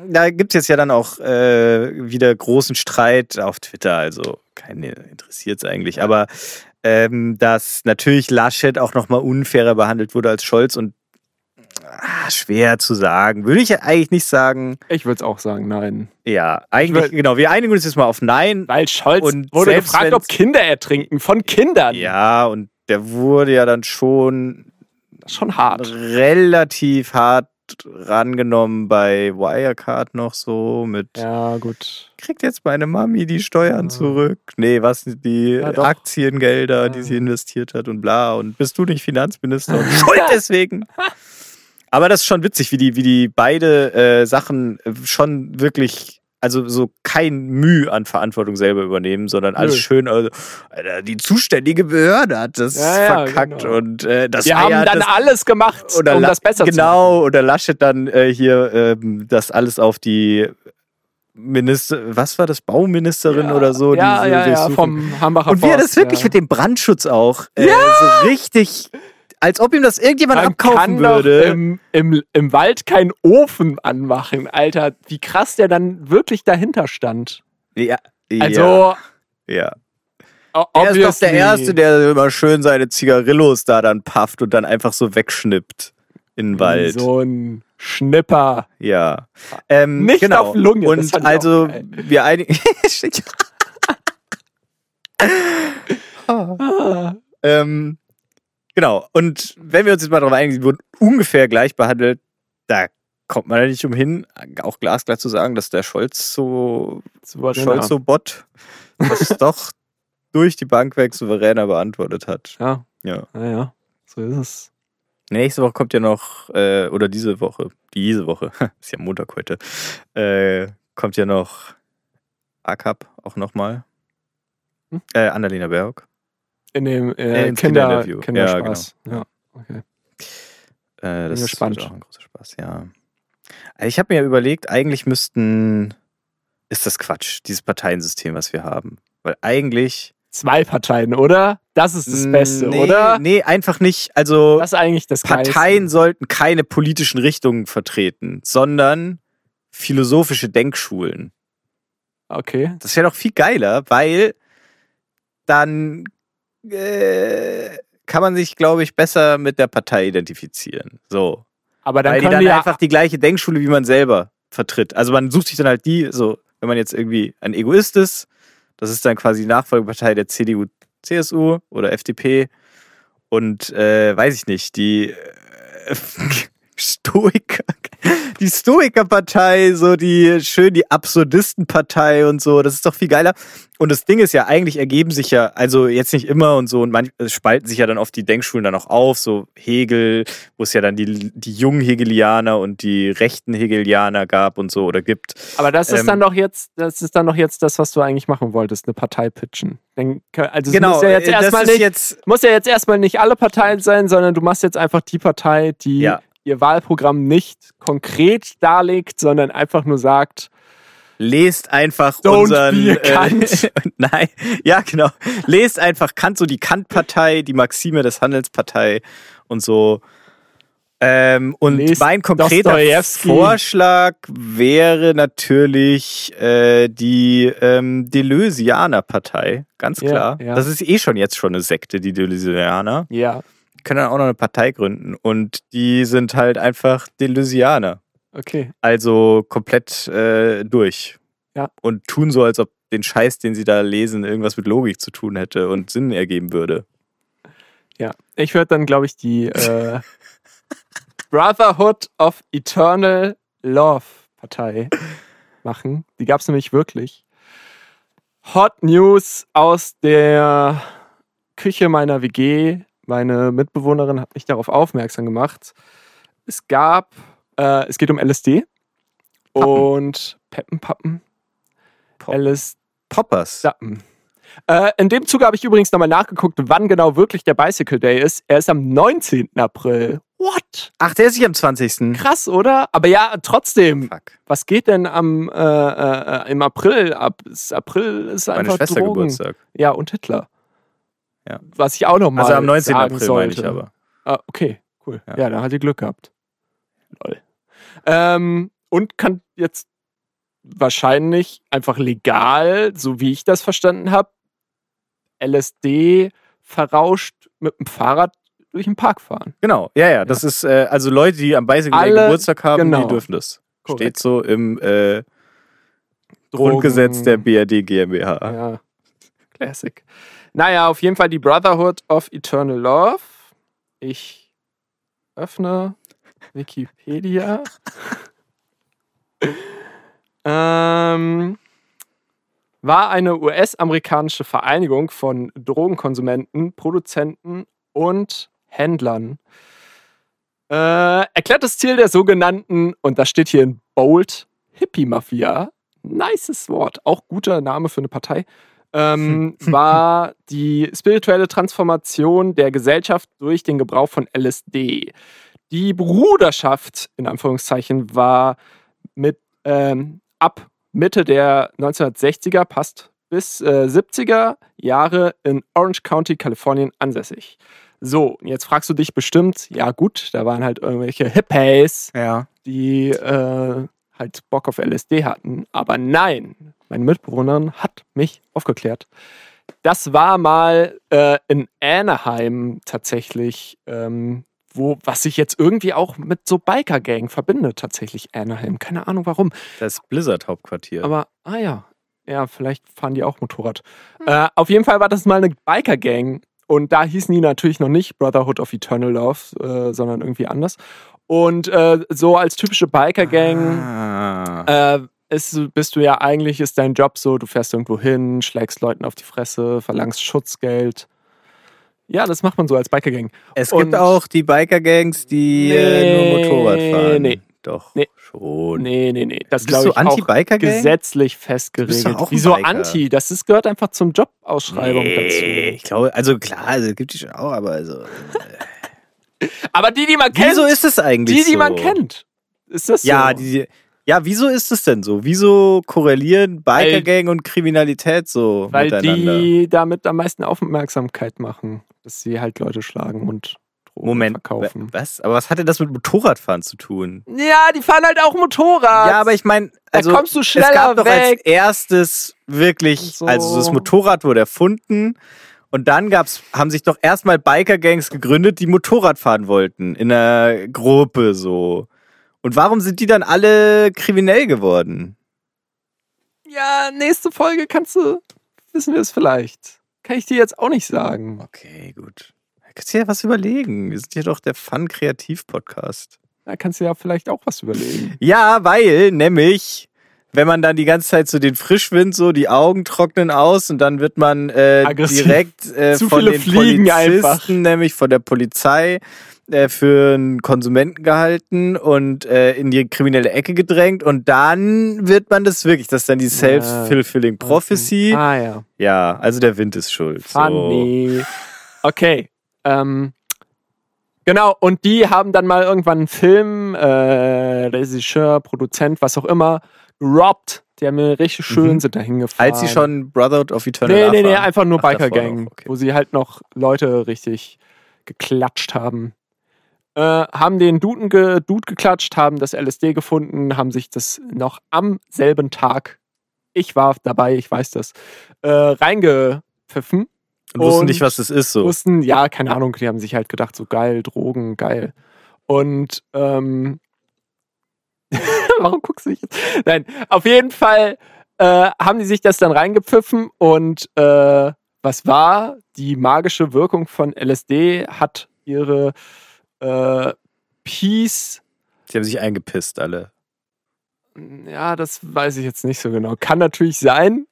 da gibt es jetzt ja dann auch äh, wieder großen Streit auf Twitter, also keine interessiert es eigentlich, aber ähm, dass natürlich Laschet auch nochmal unfairer behandelt wurde als Scholz und ah, schwer zu sagen. Würde ich ja eigentlich nicht sagen.
Ich würde es auch sagen, nein.
Ja, eigentlich,
Weil-
genau, wir einigen uns jetzt mal auf Nein.
Weil Scholz
Und
wurde
selbst
gefragt,
wenn's-
ob Kinder ertrinken. Von Kindern.
Ja, und der wurde ja dann schon
Das ist schon
Also,
hart.
relativ hart rangenommen bei Wirecard noch so mit
Ja, gut.
kriegt jetzt meine Mami die Steuern
Ah.
zurück. Nee, was die
Ja, doch.
Aktiengelder, die
Ah.
sie investiert hat und bla und bist du nicht Finanzminister und schuld deswegen. Aber das ist schon witzig, wie die wie die beide äh, Sachen äh, schon wirklich also so kein Mühe an Verantwortung selber übernehmen, sondern alles
Nö.
schön also, Alter, die zuständige Behörde hat das
Ja, ja,
verkackt
genau.
und äh, das
Wir
war ja
haben dann
das
alles gemacht,
oder
um
La-
das besser zu machen.
genau, oder Laschet dann äh, hier ähm, das alles auf die Minister, was war das, Bauministerin
Ja,
oder so?
Ja,
die sie
ja, ja,
durchsuchen.
vom Hambacher
Und wie er
Forst,
das wirklich
ja.
mit dem Brandschutz auch äh, so richtig, als ob ihm das irgendjemand
Man
abkaufen
kann
würde.
Doch im, im, Im Wald keinen Ofen anmachen, Alter. Wie krass der dann wirklich dahinter stand.
ja, ja,
Also, o-
ja. Er ist doch der
obviously-
Erste, der immer schön seine Zigarillos da dann pafft und dann einfach so wegschnippt in den Wald.
So ein Schnipper.
Ja. Ähm,
Nicht
genau.
auf Lunge, das fand
Und
ich
also,
auch geil.
wir einigen.
Ah,
ähm, genau. Und wenn wir uns jetzt mal darauf einigen, sie wurden ungefähr gleich behandelt, da kommt man ja nicht umhin, auch glasklar zu sagen, dass der Scholz so Scholz so Bot das doch durch die Bank weg souveräner beantwortet hat.
Ja,
Ja.
naja, so ist es.
Nächste Woche kommt ja noch, äh, oder diese Woche, diese Woche, ist ja Montag heute, äh, kommt ja noch ACAP auch nochmal.
Hm?
Äh, Annalena Baerbock.
In dem äh,
ins
Kinder,
Kinderinterview.
Kinderspaß.
Ja, genau.
Ja, okay.
Äh, das ist
gespannt.
auch ein großer Spaß, ja. Also ich habe mir überlegt, eigentlich müssten, ist das Quatsch, dieses Parteiensystem, was wir haben. Weil eigentlich.
Zwei Parteien, oder? Das ist das
Mm,
Beste,
nee,
oder?
Nee, einfach nicht. Also
Das ist eigentlich das
Parteien
Geilste.
sollten keine politischen Richtungen vertreten, sondern philosophische Denkschulen.
Okay.
Das wäre doch viel geiler, weil dann äh, kann man sich, glaube ich, besser mit der Partei identifizieren. So.
Aber dann
weil die
können
dann
die ja
einfach die gleiche Denkschule wie man selber vertritt. Also man sucht sich dann halt die, so, wenn man jetzt irgendwie ein Egoist ist, das ist dann quasi die Nachfolgepartei der CDU, CSU oder FDP und äh, weiß ich nicht, die äh, Stoiker, die Stoikerpartei, so die schön die Absurdistenpartei und so, das ist doch viel geiler. Und das Ding ist ja, eigentlich ergeben sich ja, also jetzt nicht immer und so, und manch, es spalten sich ja dann oft die Denkschulen dann auch auf, so Hegel, wo es ja dann die, die jungen Hegelianer und die rechten Hegelianer gab und so oder gibt.
Aber das ist
Ähm,
dann doch jetzt, das ist dann doch jetzt das, was du eigentlich machen wolltest, eine Partei pitchen. Dann, kö- also es muss ja jetzt
äh, das
erstmal
ist
nicht,
jetzt
muss ja jetzt erstmal nicht alle Parteien sein, sondern du machst jetzt einfach die Partei, die
Ja.
ihr Wahlprogramm nicht konkret darlegt, sondern einfach nur sagt,
Lest einfach
Don't
unseren äh,
be Kant.
nein, ja genau. Lest einfach Kant, so die Kant-Partei, die Maxime des Handelspartei und so. Ähm, und
Lest
mein konkreter
Dostojewski.
Vorschlag wäre natürlich äh, die ähm, Deleuzianer-Partei, ganz
Ja,
klar.
ja.
Das ist eh schon jetzt schon eine Sekte, die Deleuzianer.
ja,
Können dann auch noch eine Partei gründen und die sind halt einfach Deleuzianer.
okay,
Also komplett äh, durch.
Ja.
Und tun so, als ob den Scheiß, den sie da lesen, irgendwas mit Logik zu tun hätte und Sinn ergeben würde.
ja. Ich würde dann, glaube ich, die äh, Brotherhood of Eternal Love Partei machen. Die gab es nämlich wirklich. Hot News aus der Küche meiner WG. Meine Mitbewohnerin hat mich darauf aufmerksam gemacht. Es gab, äh, es geht um LSD
Pappen.
und Peppenpappen.
Pop-
LSD.
Poppers.
Sappen. Äh, in dem Zuge habe ich übrigens nochmal nachgeguckt, wann genau wirklich der Bicycle Day ist. Er ist am 19. April. What?
Ach, der ist nicht am 20.
Krass, oder? Aber ja, trotzdem.
Fuck.
Was geht denn am äh, äh, im April ab? Ist April ist einfach
Meine Schwester
Drogen.
Geburtstag.
Ja, und Hitler.
Ja.
Was ich auch noch mal
Also am 19.
sagen
April
sollte.
meine ich aber.
Ah, okay, cool.
Ja.
Ja, da hat ihr Glück gehabt. Lol. Ähm, und kann jetzt wahrscheinlich einfach legal, so wie ich das verstanden habe, LSD verrauscht mit dem Fahrrad durch den Park fahren.
Genau, ja, ja. Das ist, äh, also Leute, die am Beißigen
Alle-
Geburtstag haben,
genau.
die dürfen das.
Korrekt.
Steht so im äh,
Drogen-
Grundgesetz der BRD GmbH.
Ja. Classic. Naja, auf jeden Fall die Brotherhood of Eternal Love. Ich öffne Wikipedia. ähm, war eine US-amerikanische Vereinigung von Drogenkonsumenten, Produzenten und Händlern. Äh, erklärtes Ziel der sogenannten, und das steht hier in Bold, Hippie-Mafia, nices Wort, auch guter Name für eine Partei, ähm, war die spirituelle Transformation der Gesellschaft durch den Gebrauch von LSD. Die Bruderschaft, in Anführungszeichen, war mit, ähm, ab Mitte der 1960er, passt, bis äh, 70er Jahre in Orange County, Kalifornien ansässig. So, und jetzt fragst du dich bestimmt, ja gut, da waren halt irgendwelche Hippies,
Ja.
die äh, halt Bock auf LSD hatten. Aber nein, mein Mitbewohner hat mich aufgeklärt. Das war mal äh, in Anaheim tatsächlich, ähm, wo, was sich jetzt irgendwie auch mit so Biker-Gang verbindet, tatsächlich Anaheim. Keine Ahnung warum.
Das Blizzard-Hauptquartier.
Aber, ah ja, ja, vielleicht fahren die auch Motorrad. Äh, auf jeden Fall war das mal eine Biker-Gang. Und da hießen die natürlich noch nicht Brotherhood of Eternal Love, äh, sondern irgendwie anders. Und äh, so als typische Biker-Gang
Ah.
äh, ist, bist du ja eigentlich, ist dein Job so, du fährst irgendwo hin, schlägst Leuten auf die Fresse, verlangst Schutzgeld. Ja, das macht man so als Biker-Gang.
Es
Und-
gibt auch die Biker-Gangs, die
Nee,
äh, nur Motorrad fahren.
nee.
Doch,
Nee.
schon.
Nee, nee, nee. Das
Bist
glaube
du
ich auch
Anti-Biker-Gang?
gesetzlich festgeregelt.
doch auch ein
Wieso
Biker.
Anti? Das ist, gehört einfach zum Jobausschreibung
Nee, ich glaube, also klar, also gibt die schon auch, aber also.
dazu. Aber die, die man kennt,
Wieso ist es eigentlich
die, die
so?
man kennt. Ist das
Ja,
so?
die, ja, wieso ist es denn so? Wieso korrelieren
Weil-
Biker-Gang und Kriminalität so
Weil
miteinander?
die damit am meisten Aufmerksamkeit machen, dass sie halt Leute schlagen und Drogen
Moment,
verkaufen.
wa- was? Aber was hatte das mit Motorradfahren zu tun?
Ja, die fahren halt auch Motorrad.
Ja, aber ich meine, also
da kommst du schneller
es gab doch als
weg.
erstes wirklich,
So.
also das Motorrad wurde erfunden und dann gab's, haben sich doch erstmal Biker-Gangs gegründet, die Motorrad fahren wollten in einer Gruppe so. Und warum sind die dann alle kriminell geworden?
ja, nächste Folge kannst du, wissen wir es vielleicht. Kann ich dir jetzt auch nicht sagen.
Okay, gut. Da kannst du ja was überlegen. Wir sind hier doch der Fun-Kreativ-Podcast.
Da kannst du ja vielleicht auch was überlegen.
Ja, weil nämlich, wenn man dann die ganze Zeit so den Frischwind so, die Augen trocknen aus und dann wird man äh,
Aggressiv.
direkt äh,
Zu
von
viele
den
Fliegen
Polizisten,
einfach.
nämlich von der Polizei äh, für einen Konsumenten gehalten und äh, in die kriminelle Ecke gedrängt und dann wird man das wirklich, das ist dann die self-fulfilling prophecy.
Ah ja.
Ja, also der Wind ist schuld. So.
Funny. Okay. Ähm, genau, und die haben dann mal irgendwann einen Film, äh, Regisseur, Produzent, was auch immer, gerobbt. Die haben mir richtig schön,
Mhm.
sind da hingefahren.
Als sie schon Brotherhood of Eternal
Nee,
Love
nee, nee,
waren.
einfach nur
Ach, davor
Biker Gang,
noch, okay.
wo sie halt noch Leute richtig geklatscht haben. Äh, haben den Duden ge Dude geklatscht, haben das LSD gefunden, haben sich das noch am selben Tag, ich war dabei, ich weiß das, äh, reingepfiffen.
Und wussten
Und
nicht, was das ist so.
Wussten, ja, keine Ahnung, die haben sich halt gedacht, so geil, Drogen, geil. Und ähm, warum guckst du dich jetzt? Nein, auf jeden Fall äh, haben die sich das dann reingepfiffen und äh, was war? Die magische Wirkung von LSD hat ihre äh, Peace.
Die haben sich eingepisst alle.
Ja, das weiß ich jetzt nicht so genau. Kann natürlich sein,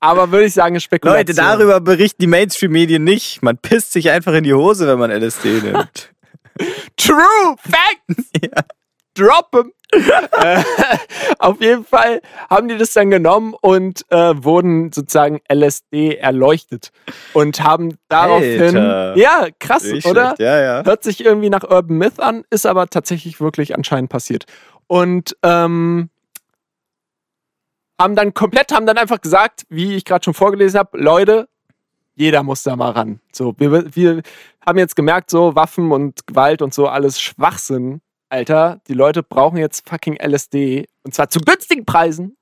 aber würde ich sagen, ist Spekulation.
Leute, darüber berichten die Mainstream-Medien nicht. Man pisst sich einfach in die Hose, wenn man LSD nimmt.
True Facts! Drop 'em! Äh, Auf jeden Fall haben die das dann genommen und äh, wurden sozusagen LSD erleuchtet und haben daraufhin.
Alter.
Ja, krass,
Nicht
oder? Äh,
schlecht, Ja, ja.
Hört sich irgendwie nach Urban Myth an, ist aber tatsächlich wirklich anscheinend passiert. Und ähm, haben dann komplett, haben dann einfach gesagt, wie ich gerade schon vorgelesen habe, Leute, jeder muss da mal ran. So, wir, wir haben jetzt gemerkt, so Waffen und Gewalt und so alles Schwachsinn. Alter, die Leute brauchen jetzt fucking LSD und zwar zu günstigen Preisen,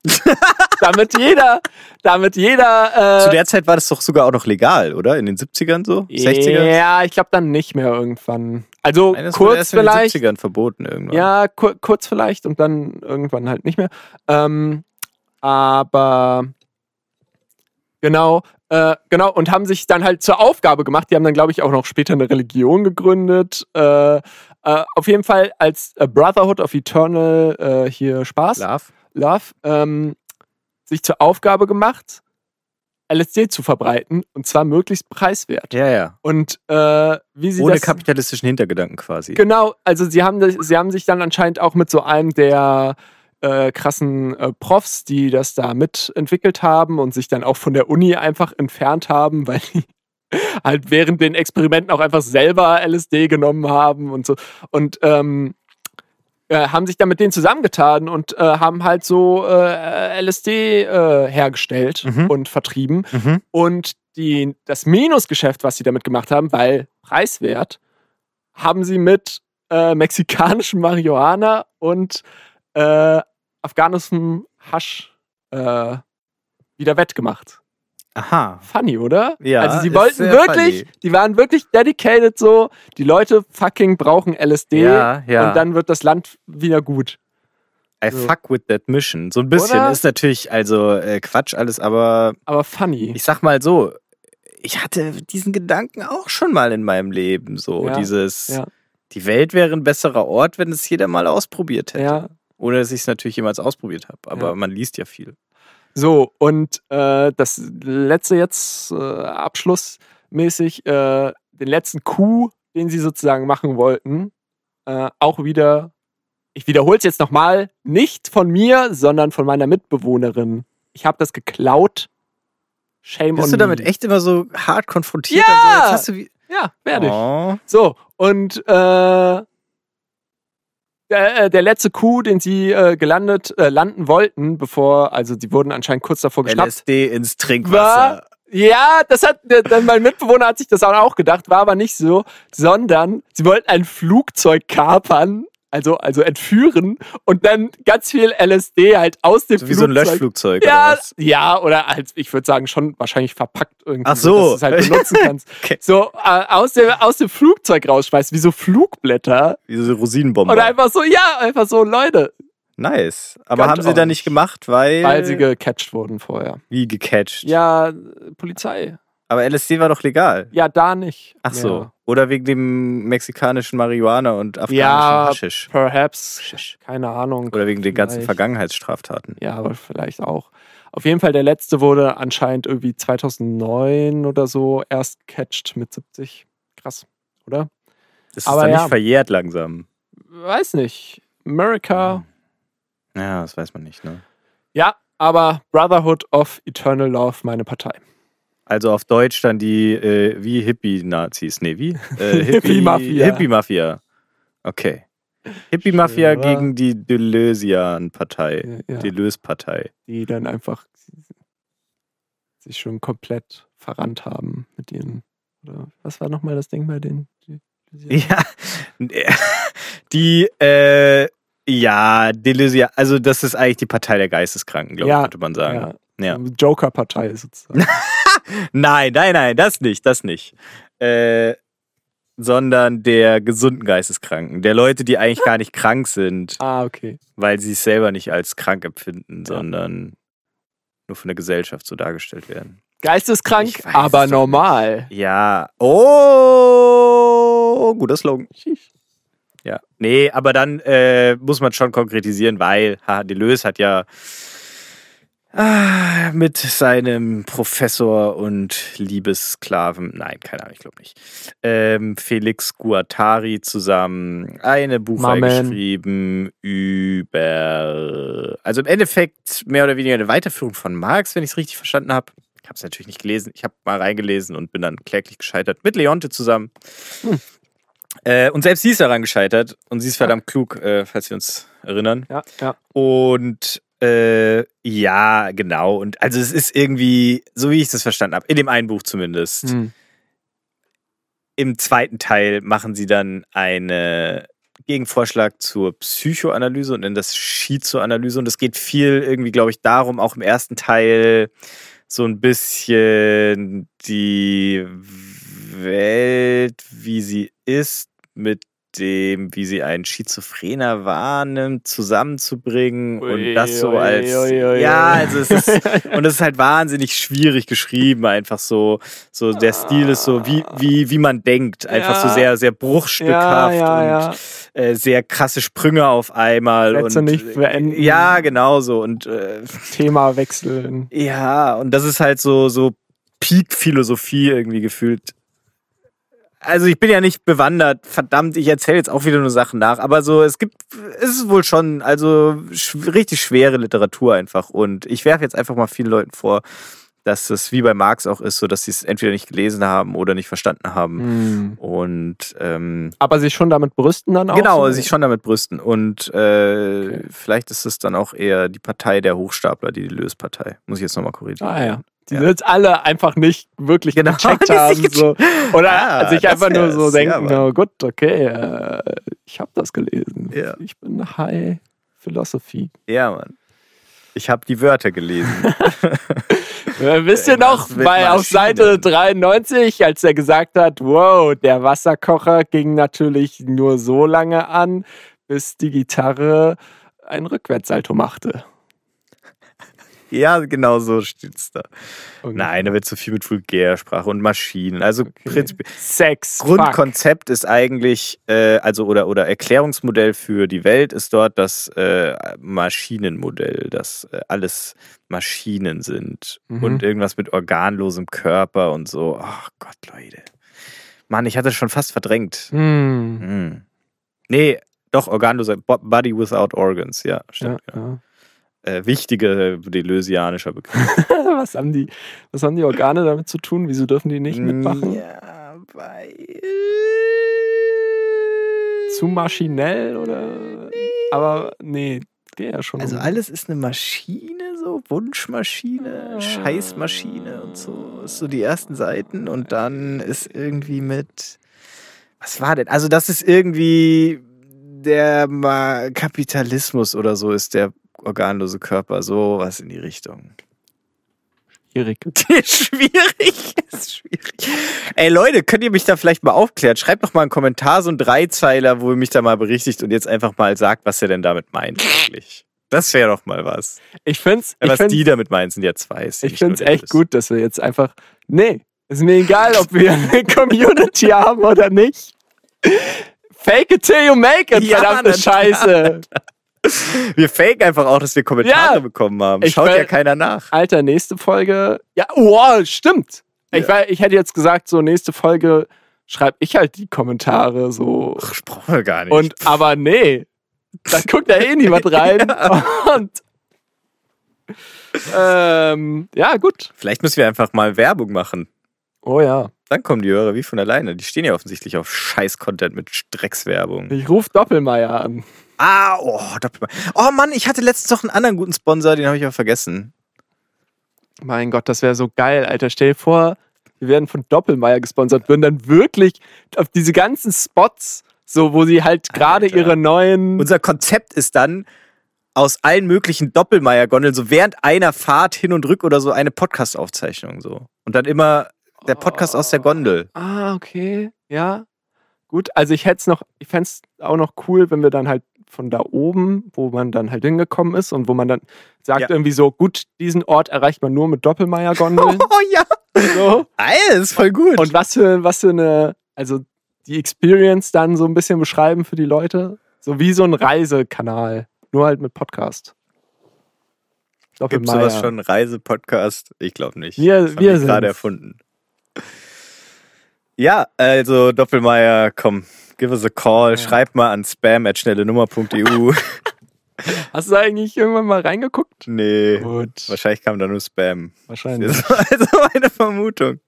damit jeder, damit jeder äh,
Zu der Zeit war das doch sogar auch noch legal, oder? In den 70ern so? 60ern?
Ja, ich glaube dann nicht mehr irgendwann. Also
Eines wurde
kurz
erst in den
vielleicht.
70ern verboten irgendwann.
Ja, kur kurz vielleicht und dann irgendwann halt nicht mehr. Ähm, aber genau, äh, genau, und haben sich dann halt zur Aufgabe gemacht. Die haben dann, glaube ich, auch noch später eine Religion gegründet. Äh, äh, auf jeden Fall als äh, Brotherhood of Eternal äh, hier Spaß.
Love.
Love ähm, sich zur Aufgabe gemacht, LSD zu verbreiten und zwar möglichst preiswert.
Ja, ja.
Und äh, wie sie
Ohne
das
kapitalistischen Hintergedanken quasi.
genau, also sie haben das, sie haben sich dann anscheinend auch mit so einem der äh, krassen äh, Profs, die das da mitentwickelt haben und sich dann auch von der Uni einfach entfernt haben, weil die halt während den Experimenten auch einfach selber LSD genommen haben und so und ähm, äh, haben sich dann mit denen zusammengetan und äh, haben halt so äh, LSD äh, hergestellt
Mhm.
und vertrieben
Mhm.
und die, das Minusgeschäft, was sie damit gemacht haben, weil preiswert, haben sie mit äh, mexikanischem Marihuana und äh, afghanischem Hasch äh, wieder wettgemacht.
Aha.
Funny, oder?
Ja,
also sie
ist
wollten
sehr
wirklich,
funny.
die waren wirklich dedicated so, die Leute fucking brauchen LSD
Ja, ja.
und dann wird das Land wieder gut.
I
so.
fuck with that mission. So ein bisschen
Oder?
ist natürlich also äh, Quatsch alles, aber
Aber funny.
ich sag mal so, ich hatte diesen Gedanken auch schon mal in meinem Leben so,
Ja,
dieses
ja.
die Welt wäre ein besserer Ort, wenn es jeder mal ausprobiert hätte.
Ja,
Ohne dass ich es natürlich jemals ausprobiert habe, aber
Ja.
man liest ja viel.
So, und äh, das letzte jetzt, äh, abschlussmäßig, äh, den letzten Coup, den sie sozusagen machen wollten, äh, auch wieder, ich wiederhole es jetzt nochmal, nicht von mir, sondern von meiner Mitbewohnerin. Ich habe das geklaut. Shame on
Bist du damit
me.
echt immer so hart konfrontiert?
Ja!
Und so, jetzt hast du wie
Ja, werde ich.
Oh.
So, und äh, der, äh, der letzte Coup, den sie äh, gelandet, äh, landen wollten, bevor, also sie wurden anscheinend kurz davor geschnappt.
LSD ins Trinkwasser.
Ja, das hat der- dann mein Mitbewohner hat sich das auch gedacht, war aber nicht so, sondern sie wollten ein Flugzeug kapern, also also entführen und dann ganz viel LSD halt aus dem
So wie so ein
Flugzeug.
Löschflugzeug.
Ja,
Oder was?
ja, oder als ich würde sagen schon wahrscheinlich verpackt irgendwie,
Ach so.
dass du es halt benutzen kannst.
Okay.
So äh, aus dem aus dem Flugzeug rausschmeißt, wie so Flugblätter
Wie so eine Rosinenbombe.
oder einfach so, ja, einfach so Leute,
nice. Aber
Ganz
haben sie dann nicht
orange.
gemacht, weil.
weil sie gecatcht wurden vorher.
wie gecatcht.
Ja, Polizei.
Aber LSD war doch legal.
Ja, da nicht.
Ach so.
Ja.
Oder wegen dem mexikanischen Marihuana und afghanischen
Ja.
Haschisch.
Perhaps. Keine Ahnung.
Oder wegen den ganzen
Vielleicht.
Vergangenheitsstraftaten.
Ja, aber vielleicht auch. Auf jeden Fall, der letzte wurde anscheinend irgendwie 2009 oder so erst catcht mit 70. Krass, oder?
Das ist
Aber
dann
ja.
nicht verjährt langsam.
Weiß nicht. America.
Hm. Ja, das weiß man nicht, ne?
Ja, aber Brotherhood of Eternal Love, meine Partei.
Also auf Deutsch dann die äh, wie Hippie-Nazis. Nee, wie? Äh,
Hippie-Mafia.
Hippie-Mafia. Okay. Hippie-Mafia
Schön, oder?
gegen die Deleuzian-Partei.
Ja,
Deleuze-Partei.
die dann einfach sich schon komplett verrannt haben mit ihren. Oder was war nochmal das Ding bei denen? Die- die-
Ja. Die, äh, ja, Deleuzian. Also das ist eigentlich die Partei der Geisteskranken, glaube ich,
Ja,
könnte man sagen. Ja.
Joker-Partei sozusagen.
Nein, nein, nein, das nicht, das nicht. Äh, sondern der gesunden Geisteskranken. Der Leute, die eigentlich gar nicht krank sind.
ah, okay.
weil sie es selber nicht als krank empfinden,
Ja.
sondern nur von der Gesellschaft so dargestellt werden. Ich
Geisteskrank,
weiß es doch
aber
nicht.
normal.
Ja. Oh, guter Slogan.
Sheesh.
Ja. Nee, aber dann äh, muss man schon konkretisieren, weil ha, Deleuze hat ja Ah, mit seinem Professor und Liebessklaven, nein, keine Ahnung, ich glaube nicht, ähm, Felix Guattari zusammen eine Buchreihe
Mamen.
geschrieben über, also im Endeffekt mehr oder weniger eine Weiterführung von Marx, wenn ich es richtig verstanden habe. Ich habe es natürlich nicht gelesen, ich habe mal reingelesen und bin dann kläglich gescheitert mit Leonte zusammen. Äh, und selbst sie ist daran gescheitert und sie ist verdammt klug, äh, falls wir uns erinnern.
Ja, ja.
Und äh, ja, genau. Und also es ist irgendwie, so wie ich das verstanden habe, in dem einen Buch zumindest.
Hm.
Im zweiten Teil machen sie dann einen Gegenvorschlag zur Psychoanalyse und nennen das Schizoanalyse. Und es geht viel irgendwie, glaube ich, darum, auch im ersten Teil so ein bisschen die Welt, wie sie ist, mit dem, wie sie einen Schizophrener wahrnimmt, zusammenzubringen und
Ui,
das so
ui,
als
ui, ui,
ja,
ui.
also es ist und es ist halt wahnsinnig schwierig geschrieben, einfach so so der Stil ist so wie wie wie man denkt, einfach so
Ja.
sehr sehr bruchstückhaft und Äh, sehr krasse Sprünge auf einmal
Sätze
und
nicht beenden.
ja genau so und äh,
Thema wechseln.
ja, und das ist halt so, so Peak-Philosophie irgendwie gefühlt. Also ich bin ja nicht bewandert, verdammt, ich erzähle jetzt auch wieder nur Sachen nach, aber so, es gibt, es ist wohl schon, also sch richtig schwere Literatur einfach. Und ich werfe jetzt einfach mal vielen Leuten vor, dass es wie bei Marx auch ist, so dass sie es entweder nicht gelesen haben oder nicht verstanden
Hm.
haben. Und ähm,
Aber sich schon damit brüsten dann auch.
Genau,
so?
sich schon damit brüsten. Und äh, vielleicht ist es dann auch eher die Partei der Hochstapler, die, die Löspartei. Muss ich jetzt nochmal korrigieren.
Ah ja. Die
Ja.
sind alle einfach nicht wirklich
Genau.
gecheckt haben. So. Oder
Ah,
sich
das
einfach nur so
wär's. Ja,
denken,
Mann.
oh gut, okay, äh, ich habe das gelesen.
Ja.
Ich bin High Philosophy.
Ja, Mann. Ich habe die Wörter gelesen.
Äh, wisst ihr noch,
Irgendwas mit
weil auf
Maschinen.
Seite 93, als er gesagt hat, wow, der Wasserkocher ging natürlich nur so lange an, bis die Gitarre einen Rückwärtssalto machte.
ja, genau so steht's da.
Und
Nein, da wird zu viel mit Vulgärsprache und Maschinen. Also prinzipiell.
Sex. fuck.
Grundkonzept ist eigentlich, äh, also oder, oder Erklärungsmodell für die Welt ist dort das äh, Maschinenmodell, dass äh, alles Maschinen sind
Mhm.
und irgendwas mit organlosem Körper und so. Ach Gott, Leute. Mann, ich hatte es schon fast verdrängt.
Hm.
Hm. Nee, doch, organloser Bo- Body without organs, ja,
Ja,
stimmt.
ja.
Äh, wichtiger deleuzianischer Begriff.
Was, haben die, was haben die Organe damit zu tun? Wieso dürfen die nicht mitmachen?
Ja, weil.
Zu maschinell oder? Aber nee, geht ja schon.
Also
um.
alles ist eine Maschine, so Wunschmaschine, Scheißmaschine und so. Ist so die ersten Seiten und dann ist irgendwie mit. Was war denn? Also, das ist irgendwie der Ma Kapitalismus oder so, ist der organlose Körper, sowas in die Richtung.
schwierig.
schwierig. Ist schwierig. Ey Leute, könnt ihr mich da vielleicht mal aufklären? Schreibt doch mal einen Kommentar, so einen Dreizeiler, wo ihr mich da mal berichtigt und jetzt einfach mal sagt, was ihr denn damit meint eigentlich. Das wäre doch mal was.
Ich find's,
Äh,
ich
was
find's,
die damit meint, sind ja zwei. ist ja
ich
nicht nur
find's
der
echt
Böse.
gut, dass wir jetzt einfach. Nee, ist mir egal, ob wir eine Community haben oder nicht. Fake it till you make it,
Ja,
verdammte
na klar.
Scheiße.
Wir faken einfach auch, dass wir Kommentare
Ja.
bekommen haben.
Ich
Schaut
will-
ja keiner nach.
Alter, nächste Folge. Ja, wow, stimmt. Ich, war, ich hätte jetzt gesagt, so nächste Folge schreibe ich halt die Kommentare so.
Ach, brauchen wir gar nicht.
Und aber nee, da guckt ja eh niemand rein. Und ähm, ja, gut.
vielleicht müssen wir einfach mal Werbung machen.
Oh ja.
Dann kommen die Hörer wie von alleine. Die stehen ja offensichtlich auf Scheiß-Content mit Dreckswerbung.
Ich rufe Doppelmeier an.
Ah, oh, Doppelmann. Oh Mann, ich hatte letztens noch einen anderen guten Sponsor, den habe ich aber vergessen.
Mein Gott, das wäre so geil, Alter. Stell dir vor, wir werden von Doppelmeier gesponsert, würden dann wirklich auf diese ganzen Spots, so wo sie halt gerade
Alter.
ihre neuen.
Unser Konzept ist dann, aus allen möglichen Doppelmeier-Gondeln so während einer Fahrt hin und rück oder so eine Podcast-Aufzeichnung so. Und dann immer der Podcast aus der Gondel.
Oh. Ah, okay. Ja. Gut, also ich hätte es noch, ich fände es auch noch cool, wenn wir dann halt von da oben, wo man dann halt hingekommen ist und wo man dann sagt
Ja.
irgendwie so, gut, diesen Ort erreicht man nur mit Doppelmeier-Gondeln.
Oh ja,
so.
Alter, ist voll gut.
Und was für, was für eine, also die Experience dann so ein bisschen beschreiben für die Leute. So wie so ein Reisekanal, nur halt mit Podcast.
Gibt sowas schon? Reisepodcast? Ich glaube nicht.
Wir-
das haben
wir sind's.
gerade erfunden. Ja, also Doppelmeier, komm, give us a call. Schreib mal an spam at E schnellenummer.eu.
Hast du da eigentlich irgendwann mal reingeguckt?
nee,
Gut,
wahrscheinlich kam da nur Spam.
wahrscheinlich.
Das ist also meine Vermutung.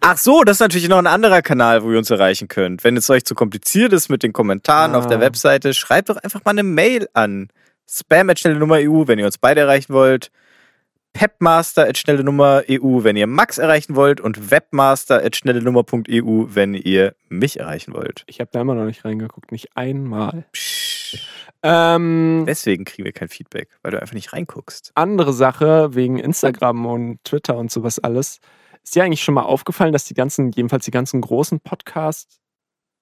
Ach so, das ist natürlich noch ein anderer Kanal, wo ihr uns erreichen könnt. Wenn es euch zu kompliziert ist mit den Kommentaren
Ah.
auf der Webseite, schreibt doch einfach mal eine Mail an. Spam at schnelle Nummer EU, wenn ihr uns beide erreichen wollt. Pepmaster at schnelle Nummer EU, wenn ihr Max erreichen wollt. Und Webmaster at schnelle Nummer.eu, wenn ihr mich erreichen wollt.
Ich habe da immer noch nicht reingeguckt, nicht einmal. Ähm,
Deswegen kriegen wir kein Feedback, weil du einfach nicht reinguckst.
andere Sache wegen Instagram und Twitter und sowas alles. Ist dir eigentlich schon mal aufgefallen, dass die ganzen, jedenfalls die ganzen großen Podcasts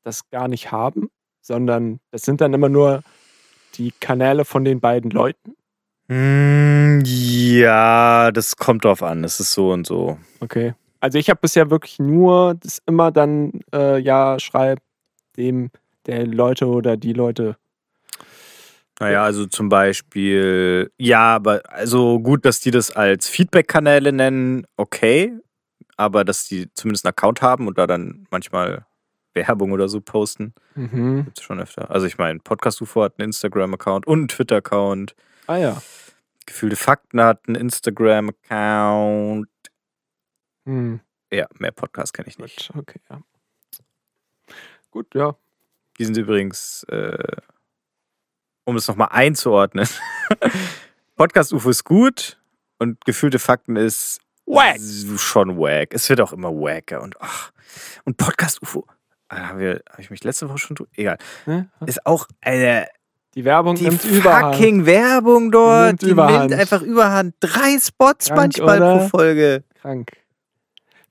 das gar nicht haben, sondern das sind dann immer nur die Kanäle von den beiden Leuten?
Mm, ja, das kommt drauf an. Es ist so und so.
Okay. Also ich habe bisher wirklich nur das immer dann, äh, ja, schreib dem, der Leute oder die Leute.
Naja, also zum Beispiel, ja, aber also gut, dass die das als Feedback-Kanäle nennen, okay, aber dass die zumindest einen Account haben und da dann manchmal Werbung oder so posten,
Mhm.
gibt's schon öfter. Also ich meine, Podcast UFO hat einen Instagram-Account und einen Twitter-Account,
Ah ja.
Gefühlte Fakten hat einen Instagram-Account.
Hm.
Ja, mehr Podcasts kenne ich nicht.
Gut, okay, ja. Gut, ja.
Die sind übrigens, äh, um es nochmal einzuordnen, Podcast UFO ist gut und gefühlte Fakten ist
Wack!
Schon wack. Es wird auch immer wacker und ach. Und Podcast UFO. Habe ah, hab ich mich letzte Woche schon drü- Egal.
Ne?
Ist auch eine.
Die Werbung
Die
nimmt überhand.
fucking Werbung dort.
Nimmt
die
Überhand.
nimmt einfach überhand. Drei Spots
Krank,
manchmal pro
oder?
Folge.
Krank.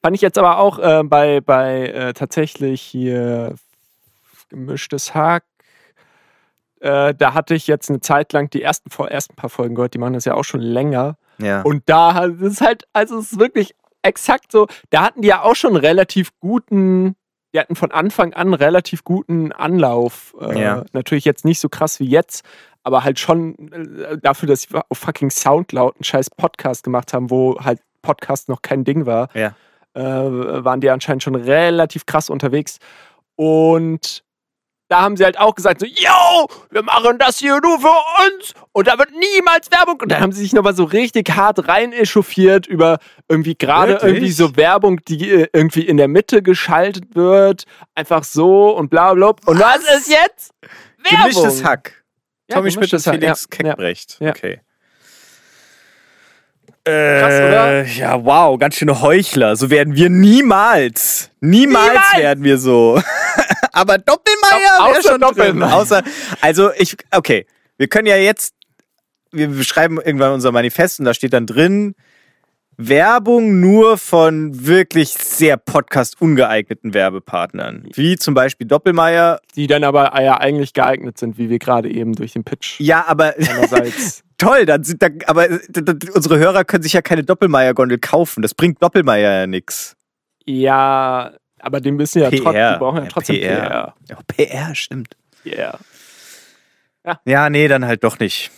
Fand ich jetzt aber auch äh, bei, bei äh, tatsächlich hier gemischtes Hack. Äh, da hatte ich jetzt eine Zeit lang die ersten, vor, ersten paar Folgen gehört, die machen das ja auch schon länger.
Ja.
Und da hat- es ist halt, also es ist wirklich exakt so, da hatten die ja auch schon relativ guten, die hatten von Anfang an relativ guten Anlauf. Äh,
Ja.
Natürlich jetzt nicht so krass wie jetzt, aber halt schon äh, dafür, dass sie auf fucking Soundcloud einen scheiß Podcast gemacht haben, wo halt Podcast noch kein Ding war,
Ja.
äh, waren die anscheinend schon relativ krass unterwegs. Und da haben sie halt auch gesagt, so, yo, wir machen das hier nur für uns und da wird niemals Werbung. Und dann haben sie sich nochmal so richtig hart rein echauffiert über irgendwie gerade
Wirklich?
irgendwie so Werbung, die äh, irgendwie in der Mitte geschaltet wird, einfach so und bla bla. bla. Und was, ist jetzt? Werbung.
Gemischtes Hack.
Ja,
Tommy Schmidt und
gemischtes Hack,
Felix
ja, ja.
Keckbrecht.
ja.
Okay.
oder?
Äh, Ja, wow, ganz schöne Heuchler. So werden wir niemals. Niemals,
Niemals!
werden wir so. Aber Doppelmeier
Au-
wäre
außer
schon
Doppelmayr.
Drin. Außer, also ich, okay, wir können ja jetzt, wir schreiben irgendwann unser Manifest und da steht dann drin, Werbung nur von wirklich sehr podcast-ungeeigneten Werbepartnern. Wie zum Beispiel Doppelmeier.
Die dann aber äh, ja eigentlich geeignet sind, wie wir gerade eben durch den Pitch
Ja, aber
einerseits.
Toll, dann sind da, aber äh, d- d- unsere Hörer können sich ja keine Doppelmeier-Gondel kaufen. Das bringt Doppelmeier ja nix.
ja, aber die müssen ja trotzdem,
PR.
die brauchen ja
Ja,
trotzdem
PR.
PR.
Ja, PR, stimmt.
Yeah.
Ja, nee, dann halt doch nicht.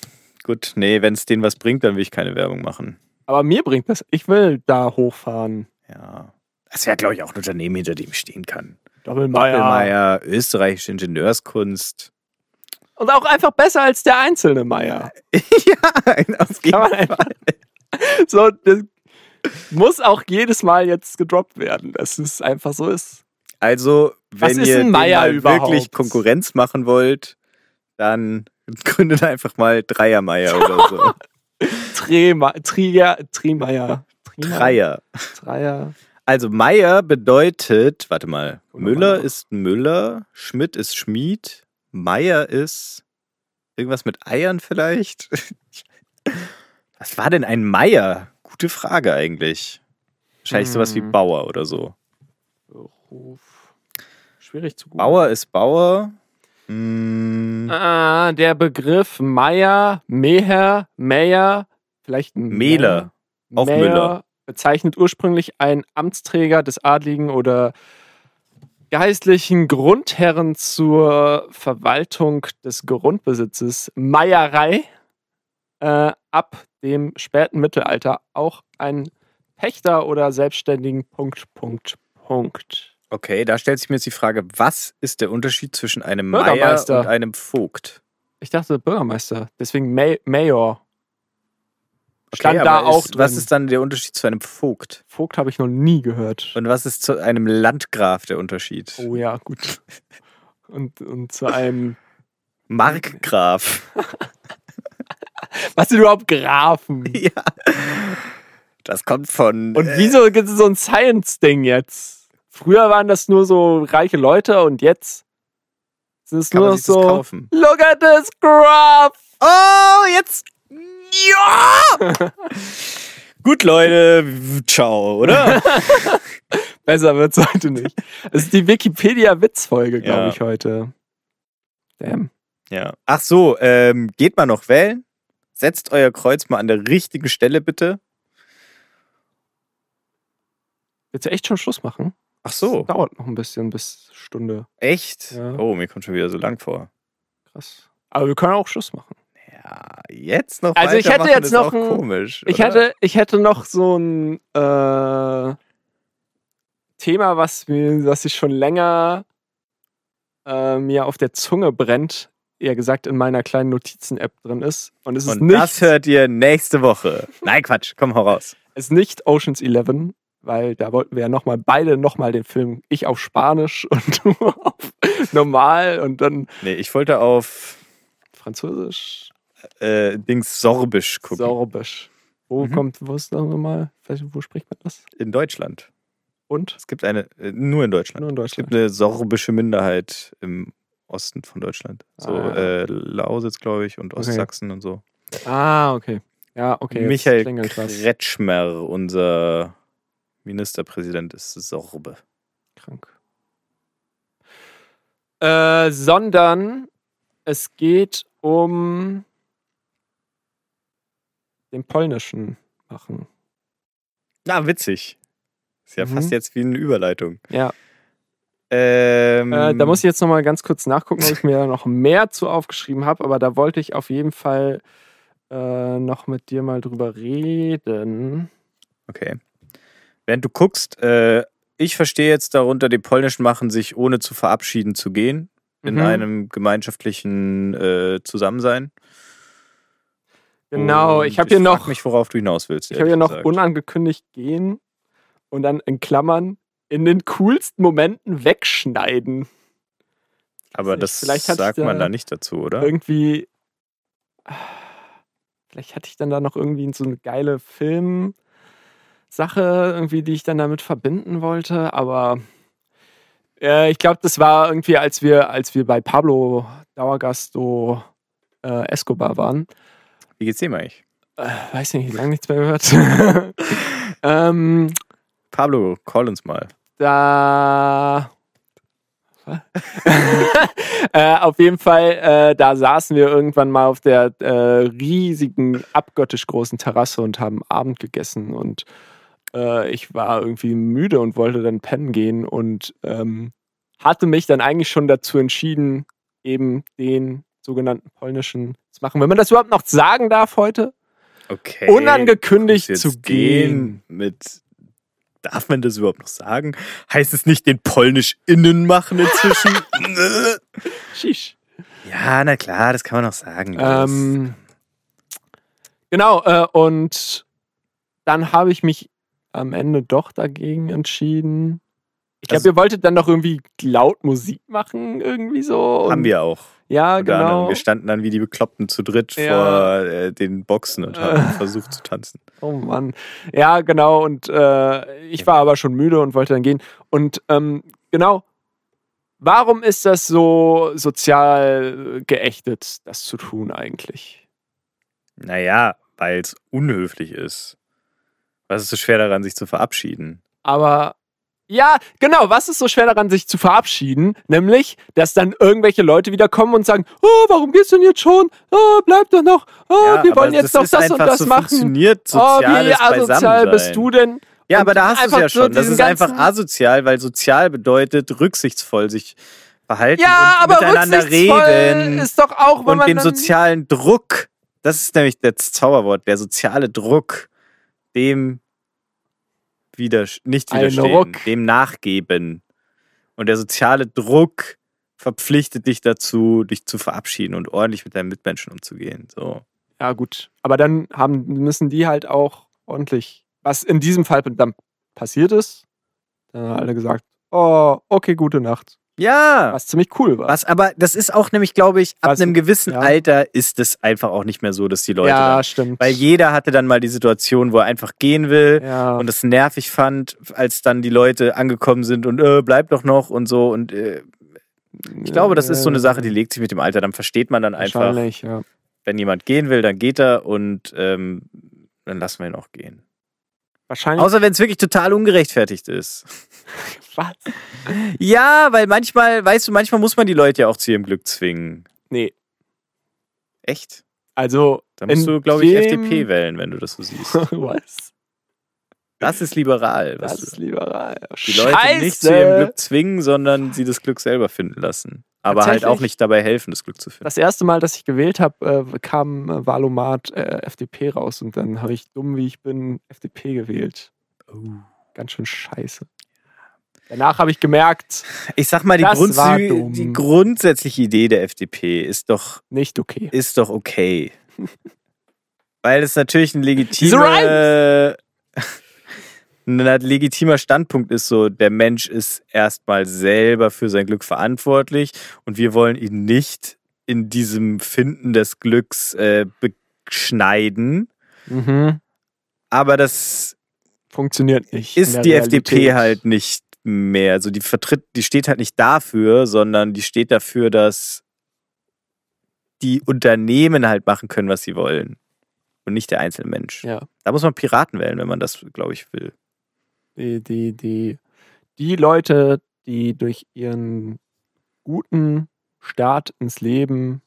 Gut, nee, wenn es denen was bringt, dann will ich keine Werbung machen.
Aber mir bringt das, ich will da hochfahren.
Ja. Das wäre, glaube ich, auch ein Unternehmen, hinter dem ich stehen kann.
Doppelmeier.
Doppelmeier, österreichische Ingenieurskunst.
Und auch einfach besser als der einzelne Meier.
ja, auf
Kann man einfach. So, das muss auch jedes Mal jetzt gedroppt werden, dass es einfach so ist.
Also,
Was
wenn
ist
ihr
ein
denen
Meier
mal
überhaupt?
wirklich Konkurrenz machen wollt, dann gründet einfach mal Dreiermeier oder so.
Trema, Trier, Trimeier. Trier-
Dreier.
Dreier.
Also Meier bedeutet, warte mal,
Guck mal
Müller
nach.
ist Müller, Schmidt ist Schmied, Meier ist irgendwas mit Eiern vielleicht. Was war denn ein Meier? Gute Frage eigentlich. Wahrscheinlich sowas wie
Hm.
Bauer oder so.
Beruf. Schwierig zu googeln.
Bauer ist Bauer. Hm,
Ah, der Begriff Meier, Meher, Meyer, vielleicht ein
Mähler, auch
Meyer
Müller.
bezeichnet ursprünglich einen Amtsträger des adligen oder geistlichen Grundherren zur Verwaltung des Grundbesitzes, Meierei, äh, ab dem späten Mittelalter auch einen Pächter oder Selbstständigen. Punkt, Punkt, Punkt.
Okay, da stellt sich mir jetzt die Frage, was ist der Unterschied zwischen einem Meier
Bürgermeister.
und einem Vogt?
Ich dachte Bürgermeister, deswegen May Mayor.
Okay,
Stand da
aber
auch
ist,
drin.
Was ist dann der Unterschied zu einem Vogt?
Vogt habe ich noch nie gehört.
Und was ist zu einem Landgraf der Unterschied?
Oh ja, gut. Und, und zu einem.
Markgraf.
Was sind überhaupt Grafen?
ja. Das kommt von. äh,
Und wieso gibt es so ein Science-Ding jetzt? Früher waren das nur so reiche Leute und jetzt sind es
kann
nur
man
noch
sich das
so.
kaufen?
Look at this graph!
Oh, jetzt. Ja! Gut, Leute. Ciao, oder?
Besser wird's heute nicht. Es ist die Wikipedia-Witzfolge, glaube
Ja.
ich, heute. Damn.
ja. Ach so, ähm, geht mal noch wählen. Setzt euer Kreuz mal an der richtigen Stelle, bitte.
Willst du echt schon Schluss machen?
Ach
Das dauert noch ein bisschen bis Stunde.
Echt?
Ja.
Oh, mir kommt schon wieder so lang vor.
Krass. Aber wir können auch Schluss machen.
Ja, jetzt noch.
Also ich hätte
weitermachen
jetzt
ist
noch
auch
ein-
komisch.
Ich
oder?
hätte, ich hätte noch so ein äh, Thema, was mir, was ich schon länger äh, mir auf der Zunge brennt, eher gesagt in meiner kleinen Notizen-App drin ist. Und es ist,
Und das
nicht,
hört ihr nächste Woche. Nein, Quatsch, komm, hau raus.
es ist nicht Oceans 11, weil da wollten wir ja nochmal beide nochmal den Film, ich auf Spanisch und du auf normal und dann
Nee, ich wollte auf
Französisch,
äh, Dings Sorbisch gucken.
Sorbisch. Wo
Mhm.
kommt, wo ist das nochmal? Wo spricht man das?
In Deutschland.
Und?
Es gibt eine, äh, nur in Deutschland.
Nur in
Es gibt
Deutschland.
eine sorbische Minderheit im Osten von Deutschland. So
Ah.
äh, Lausitz, glaube ich, und Ostsachsen und so.
Ah, okay. Ja, okay. jetzt
Michael
klingelt was.
Kretschmer, unser Ministerpräsident, ist Sorbe.
krank. Äh, sondern es geht um den polnischen Machen.
Na, witzig. Ist ja
Mhm.
fast jetzt wie eine Überleitung.
Ja,
Ähm,
äh, da muss ich jetzt nochmal ganz kurz nachgucken, ob ich mir da noch mehr zu aufgeschrieben habe, aber da wollte ich auf jeden Fall äh, noch mit dir mal drüber reden.
Okay. Während du guckst, äh, ich verstehe jetzt darunter, die Polnischen machen sich ohne zu verabschieden zu gehen, in
Mhm.
einem gemeinschaftlichen äh, Zusammensein.
Genau,
Und
ich habe hier
frag
noch
mich, worauf du hinaus willst.
Ich
ehrlich
habe ja noch
gesagt.
unangekündigt gehen und dann in Klammern in den coolsten Momenten wegschneiden.
Aber
nicht,
das
vielleicht hat's
sagt man
da
da nicht dazu, oder?
Irgendwie. ah, Vielleicht hatte ich dann da noch irgendwie so eine geile Filmsache, irgendwie, die ich dann damit verbinden wollte, aber äh, ich glaube, das war irgendwie, als wir, als wir bei Pablo Dauergasto äh, Escobar waren.
Wie geht's dem eigentlich?
Äh, weiß nicht, lange nichts mehr gehört. ähm,
Pablo, call uns mal.
da. äh, auf jeden Fall, äh, da saßen wir irgendwann mal auf der äh, riesigen, abgöttisch großen Terrasse und haben Abend gegessen und äh, ich war irgendwie müde und wollte dann pennen gehen und ähm, hatte mich dann eigentlich schon dazu entschieden, eben den sogenannten polnischen zu machen. Wenn man das überhaupt noch sagen darf heute,
Okay.
unangekündigt
Jetzt
zu gehen.
Mit Darf man das überhaupt noch sagen? Heißt es nicht den polnisch innen machen inzwischen?
Sheesh.
ja, na klar, das kann man noch sagen.
Ähm, genau, äh, und dann habe ich mich am Ende doch dagegen entschieden. Ich glaube,
Also-
ihr wolltet dann doch irgendwie laut Musik machen, irgendwie so.
Das
und-
haben wir auch.
Ja,
Unter anderem,
genau.
Wir standen dann wie die Bekloppten zu dritt
Ja.
vor äh, den Boxen und haben
Äh.
versucht zu tanzen.
Oh Mann. Ja, genau. Und äh, ich war aber schon müde und wollte dann gehen. Und ähm, genau, warum ist das so sozial äh, geächtet, das zu tun eigentlich?
Naja, weil es unhöflich ist. Was ist so schwer daran, sich zu verabschieden?
Aber ja, genau, was ist so schwer daran, sich zu verabschieden? Nämlich, dass dann irgendwelche Leute wieder kommen und sagen, oh, warum gehst du denn jetzt schon? Oh, bleib doch noch. Oh,
Ja,
wir
aber
wollen jetzt
das
noch
ist
das und
einfach
das
so
machen.
Funktioniert
Oh, wie
soziales
asozial
Beisammensein.
bist du denn?
Ja,
Und
aber da hast du es
einfach
ja
so
schon. Das
diesen
ist einfach
ganzen-
asozial, weil sozial bedeutet rücksichtsvoll sich verhalten
Ja,
und
aber
miteinander
rücksichtsvoll
reden
ist doch auch, wenn
und
man
dem
dann,
sozialen Druck Das ist nämlich das Zauberwort, der soziale Druck, dem wider, nicht
Ein
widerstehen,
Ruck.
dem nachgeben. Und der soziale Druck verpflichtet dich dazu, dich zu verabschieden und ordentlich mit deinen Mitmenschen umzugehen. So.
Ja, gut. Aber dann haben, müssen die halt auch ordentlich, was in diesem Fall dann passiert ist, dann haben alle gesagt, oh, okay, gute Nacht.
Ja.
Was ziemlich cool war.
Was aber, das ist auch nämlich, glaube ich, ab
Was-
einem gewissen
ja.
Alter ist es einfach auch nicht mehr so, dass die Leute.
ja,
dann,
stimmt.
weil jeder hatte dann mal die Situation, wo er einfach gehen will
ja.
und es nervig fand, als dann die Leute angekommen sind und äh, bleib doch noch und so. Und äh, ich glaube, das ist so eine Sache, die legt sich mit dem Alter. Dann versteht man dann einfach,
Wahrscheinlich, ja.
wenn jemand gehen will, dann geht er und ähm, dann lassen wir ihn auch gehen.
Wahrscheinlich.
Außer wenn es wirklich total ungerechtfertigt ist.
was?
Ja, weil manchmal, weißt du, manchmal muss man die Leute ja auch zu ihrem Glück zwingen.
Nee.
Echt?
Also,
Da musst
In
du, glaube ich,
jedem-
FDP wählen, wenn du das so siehst.
was?
Das ist liberal. Was
Das ist
du,
liberal.
die Leute nicht zu ihrem Glück zwingen, sondern sie das Glück selber finden lassen. Aber halt
Tatsächlich-
auch nicht dabei helfen, das Glück zu finden.
Das erste Mal, dass ich gewählt habe, äh, kam äh, Valomat äh, FDP raus und dann habe ich, dumm wie ich bin, FDP gewählt. Oh. Ganz schön scheiße. Danach habe ich gemerkt,
Ich sag mal, die,
Das
Grundsü-
war dumm.
die grundsätzliche Idee der FDP ist doch,
nicht okay.
ist doch okay. Weil es natürlich ein
Diese
legitimer, ein legitimer Standpunkt ist so, der Mensch ist erstmal selber für sein Glück verantwortlich und wir wollen ihn nicht in diesem Finden des Glücks äh, beschneiden.
Mhm.
Aber das
Funktioniert nicht. in
ist
der
die
Realität.
FDP halt nicht mehr. Also die vertritt, die steht halt nicht dafür, sondern die steht dafür, dass die Unternehmen halt machen können, was sie wollen. Und nicht der Einzelmensch.
Ja.
Da muss man Piraten wählen, wenn man das, glaube ich, will.
Die, die, die, die Leute, die durch ihren guten Start ins Leben,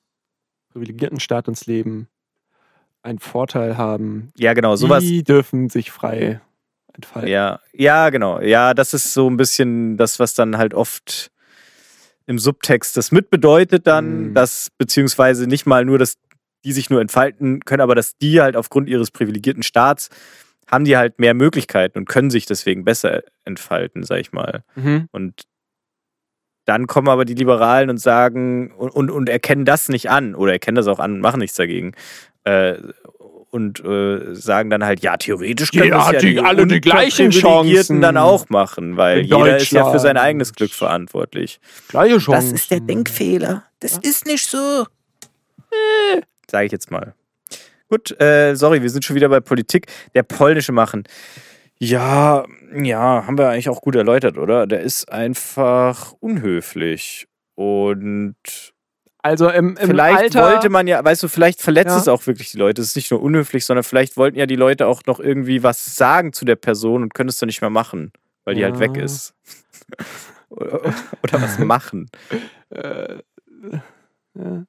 privilegierten Start ins Leben, einen Vorteil haben,
Ja, genau, sowas.
Die dürfen sich frei entfalten.
Ja, ja, genau. Ja, das ist so ein bisschen das, was dann halt oft im Subtext das mitbedeutet dann,
Mhm.
dass beziehungsweise nicht mal nur, dass die sich nur entfalten können, aber dass die halt aufgrund ihres privilegierten Staats haben die halt mehr Möglichkeiten und können sich deswegen besser entfalten, sag ich mal.
Mhm.
Und dann kommen aber die Liberalen und sagen und, und, und erkennen das nicht an oder erkennen das auch an und machen nichts dagegen. Äh, und äh, sagen dann halt, ja, theoretisch können
Jeder
das ja
hat die- alle die gleichen
Unterprivilegierten
Chancen
dann auch machen, weil
in
jeder ist ja für sein
Deutschland.
eigenes Glück verantwortlich.
Gleiche Chance.
Denkfehler. Das
Ja.
ist nicht so. Sage ich jetzt mal. Gut, äh, sorry, wir sind schon wieder bei Politik. Der polnische Machen. Ja, ja, haben wir eigentlich auch gut erläutert, oder? Der ist einfach unhöflich. Und
Also im, im
vielleicht
Alter.
wollte man ja, weißt du, vielleicht verletzt
Ja.
es auch wirklich die Leute. Es ist nicht nur unhöflich, sondern vielleicht wollten ja die Leute auch noch irgendwie was sagen zu der Person und können es dann nicht mehr machen, weil die halt
Ja.
weg ist. oder, oder was machen.
äh, äh,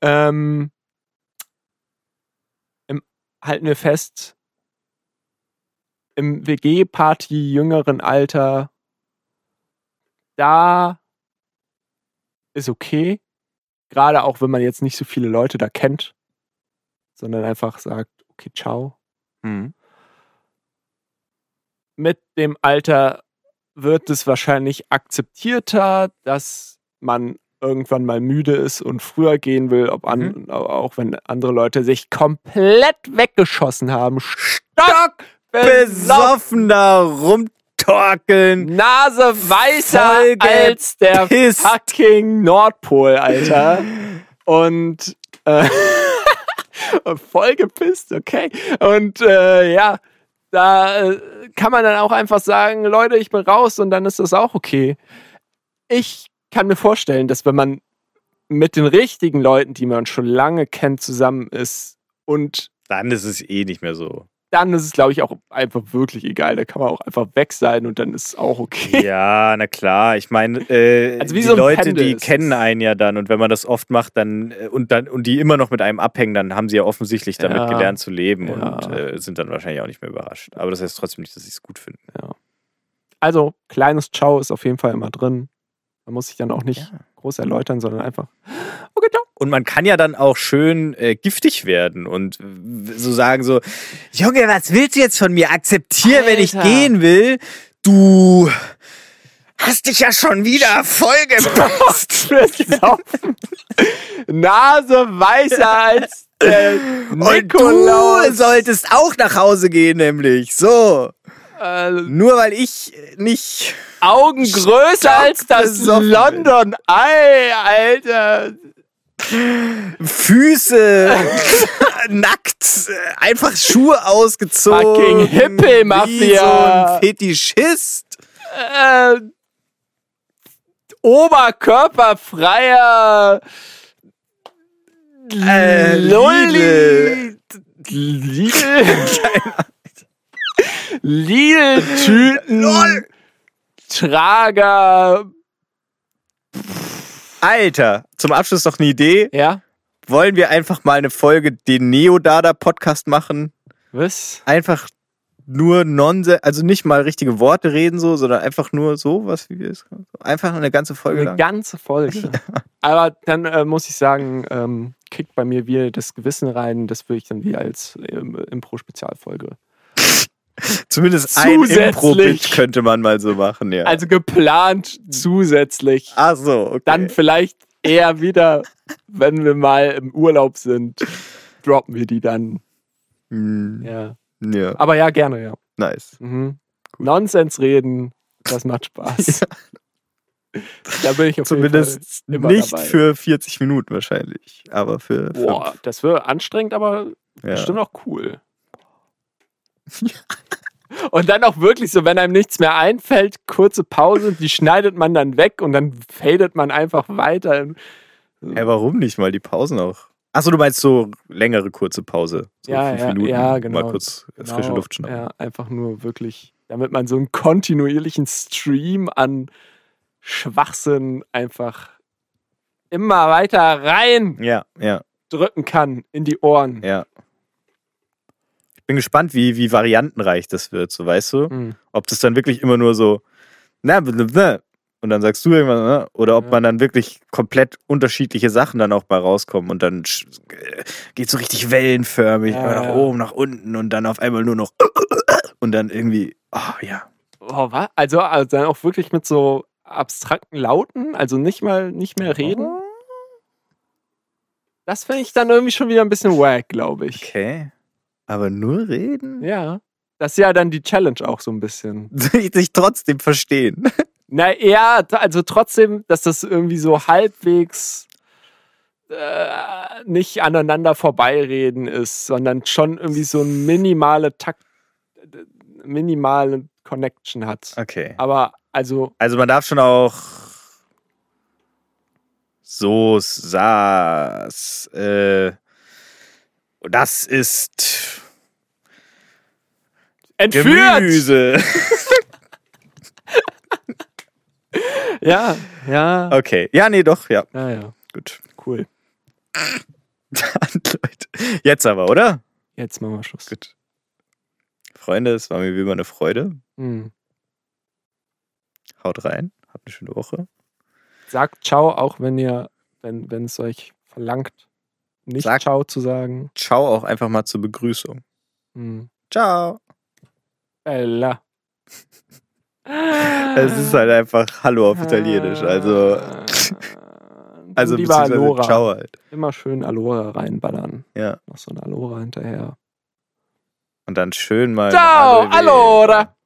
ähm, im, halten wir fest, im WG-Party jüngeren Alter, da ist okay. Gerade auch, wenn man jetzt nicht so viele Leute da kennt, sondern einfach sagt, okay, ciao. Hm. mit dem Alter wird es wahrscheinlich akzeptierter, dass man irgendwann mal müde ist und früher gehen will, ob an,
Mhm.
auch wenn andere Leute sich komplett weggeschossen haben. Stock!
besoffen da rumtorkeln.
Nase weißer
Voll
als der
Piss.
fucking Nordpol, Alter. Und äh, und voll gepisst, okay. Und äh, ja, da äh, kann man dann auch einfach sagen, Leute, ich bin raus und dann ist das auch okay. Ich kann mir vorstellen, dass wenn man mit den richtigen Leuten, die man schon lange kennt, zusammen ist und
Dann ist es eh nicht mehr so.
dann ist es, glaube ich, auch einfach wirklich egal. Da kann man auch einfach weg sein und dann ist es auch okay.
Ja, na klar. Ich meine, äh,
Also wie
die
so ein
Leute,
Pendel
die
ist es.
kennen einen ja dann und wenn man das oft macht, dann äh, und dann und die immer noch mit einem abhängen, dann haben sie ja offensichtlich damit
Ja.
gelernt zu leben
Ja.
und äh, sind dann wahrscheinlich auch nicht mehr überrascht. Aber das heißt trotzdem nicht, dass sie es gut finden.
Also, kleines Ciao ist auf jeden Fall immer drin. Man muss sich dann auch nicht groß erläutern, sondern einfach. Okay, ciao.
Und man kann ja dann auch schön äh, giftig werden und w- so sagen so, Junge, was willst du jetzt von mir? Akzeptier, wenn ich
Alter.
gehen will. Du hast dich ja schon wieder vollgepasst.
Saufen. Nase weißer als der
Und du
Nikolaus.
solltest auch nach Hause gehen, nämlich. So.
Äh,
Nur weil ich nicht.
Augen größer als das
besoffen bin.
London Ei, Alter.
Füße nackt, äh, einfach Schuhe ausgezogen.
Fucking Hippie-Mafia.
Wie so ein Fetischist.
Äh, oberkörperfreier
Äh,
Lulli. Lidl. Lidl-Tüten.
Lol.
Trager.
Alter, zum Abschluss noch eine Idee.
Ja?
Wollen wir einfach mal eine Folge den Neodada-Podcast machen?
Was?
Einfach nur Nonsens, also nicht mal richtige Worte reden so, sondern einfach nur so, was wie wir es Einfach eine ganze Folge
Eine
lang.
ganze Folge. Aber dann äh, muss ich sagen, ähm, kickt bei mir wieder das Gewissen rein. Das würde ich dann wieder als ähm, Impro-Spezialfolge.
Zumindest ein
Zusätzlich.
Impro-Bit könnte man mal so machen, ja.
Also geplant zusätzlich.
Ach so, okay.
Dann vielleicht eher wieder, wenn wir mal im Urlaub sind, droppen wir die dann.
Hm,
Ja.
ja,
Aber ja, gerne, ja.
nice.
Mhm. Nonsens reden, das macht Spaß. Da bin ich auf jeden
Zumindest
Fall immer
nicht
dabei.
für 40 Minuten wahrscheinlich, aber für
Fall. Boah, das wäre anstrengend, aber
fünf. Ja.
bestimmt auch cool. Und dann auch wirklich so, wenn einem nichts mehr einfällt, kurze Pause, die schneidet man dann weg und dann fadet man einfach weiter.
Hä, warum nicht mal die Pausen auch? Achso, du meinst so längere kurze Pause. So
Ja,
fünf
ja,
Minuten.
ja, genau.
Mal kurz
Genau,
frische Luft schnappen.
Ja, einfach nur wirklich, damit man so einen kontinuierlichen Stream an Schwachsinn einfach immer weiter rein
Ja, ja,
drücken kann in die Ohren.
ja. Ich bin gespannt, wie, wie variantenreich das wird, so weißt du?
Hm.
Ob das dann wirklich immer nur so, na, bl- bl- bl- und dann sagst du irgendwann, ne? oder ob
Ja.
man dann wirklich komplett unterschiedliche Sachen dann auch bei rauskommen und dann sch- äh, geht so richtig wellenförmig,
Ja,
immer nach
ja.
oben, nach unten und dann auf einmal nur noch und dann irgendwie, ah ja.
Oh, wa? also, also dann auch wirklich mit so abstrakten Lauten, also nicht mal nicht mehr reden. Das finde ich dann irgendwie schon wieder ein bisschen wack, glaube ich.
Okay. Aber nur reden?
Ja. Das ist ja dann die Challenge auch so ein bisschen.
sich trotzdem verstehen.
Na ja, t- also trotzdem, dass das irgendwie so halbwegs äh, nicht aneinander vorbeireden ist, sondern schon irgendwie so eine minimale Takt, äh, minimale Connection hat.
Okay.
Aber also,
Also man darf schon auch so saß. Äh, das ist
entführt!
Gemüse.
Ja, ja.
Okay. Ja, nee, doch, ja.
Ja, ja,
Gut.
cool.
Dann, Leute. Jetzt aber, oder?
Jetzt machen wir Schluss.
Gut. Freunde, es war mir wie immer eine Freude.
Hm.
Haut rein. Habt eine schöne Woche.
Sagt Ciao, auch wenn ihr, wenn, wenn es euch verlangt, nicht
Sagt-
Ciao zu sagen.
Ciao auch einfach mal zur Begrüßung.
Hm.
Ciao.
Bella.
Es ist halt einfach Hallo auf Italienisch. Also, also
also lieber
beziehungsweise
Alora.
Ciao halt.
Immer schön Alora reinballern.
Ja.
Noch so ein Alora hinterher.
Und dann schön mal.
Ciao,
Aloe Vera.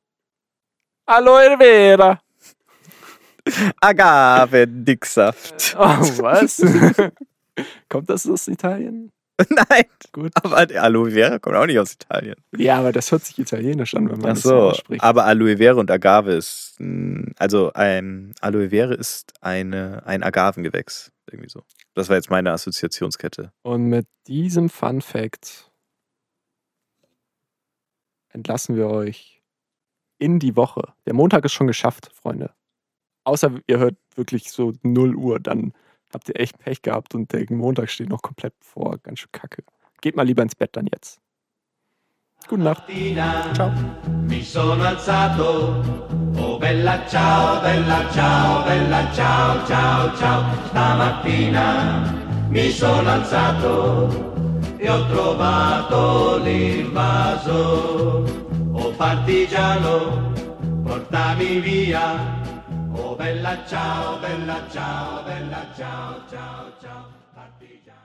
Allora. Aloe Vera.
Agave Dicksaft.
Oh, was? Kommt das aus Italien?
Nein,
Gut.
aber die Aloe Vera kommt auch nicht aus Italien.
Ja, aber das hört sich italienisch an, wenn man
Ach
das so
so,
ausspricht.
aber Aloe Vera und Agave ist, mh, also ein Aloe Vera ist eine, ein Agavengewächs. Irgendwie so. Das war jetzt meine Assoziationskette.
Und mit diesem Fun Fact entlassen wir euch in die Woche. Der Montag ist schon geschafft, Freunde. Außer ihr hört wirklich so 0 Uhr, dann habt ihr echt Pech gehabt und der Montag steht noch komplett vor. Ganz schön kacke. Geht mal lieber ins Bett dann jetzt. Gute Nacht.
mattina mi sono alzato, ho Oh bella ciao, bella ciao, bella ciao, ciao, ciao. Stamattina mi sono alzato e ho trovato l'invaso. Oh partigiano, portami via. Oh bella ciao, bella ciao, bella ciao, ciao, ciao. Partigiano.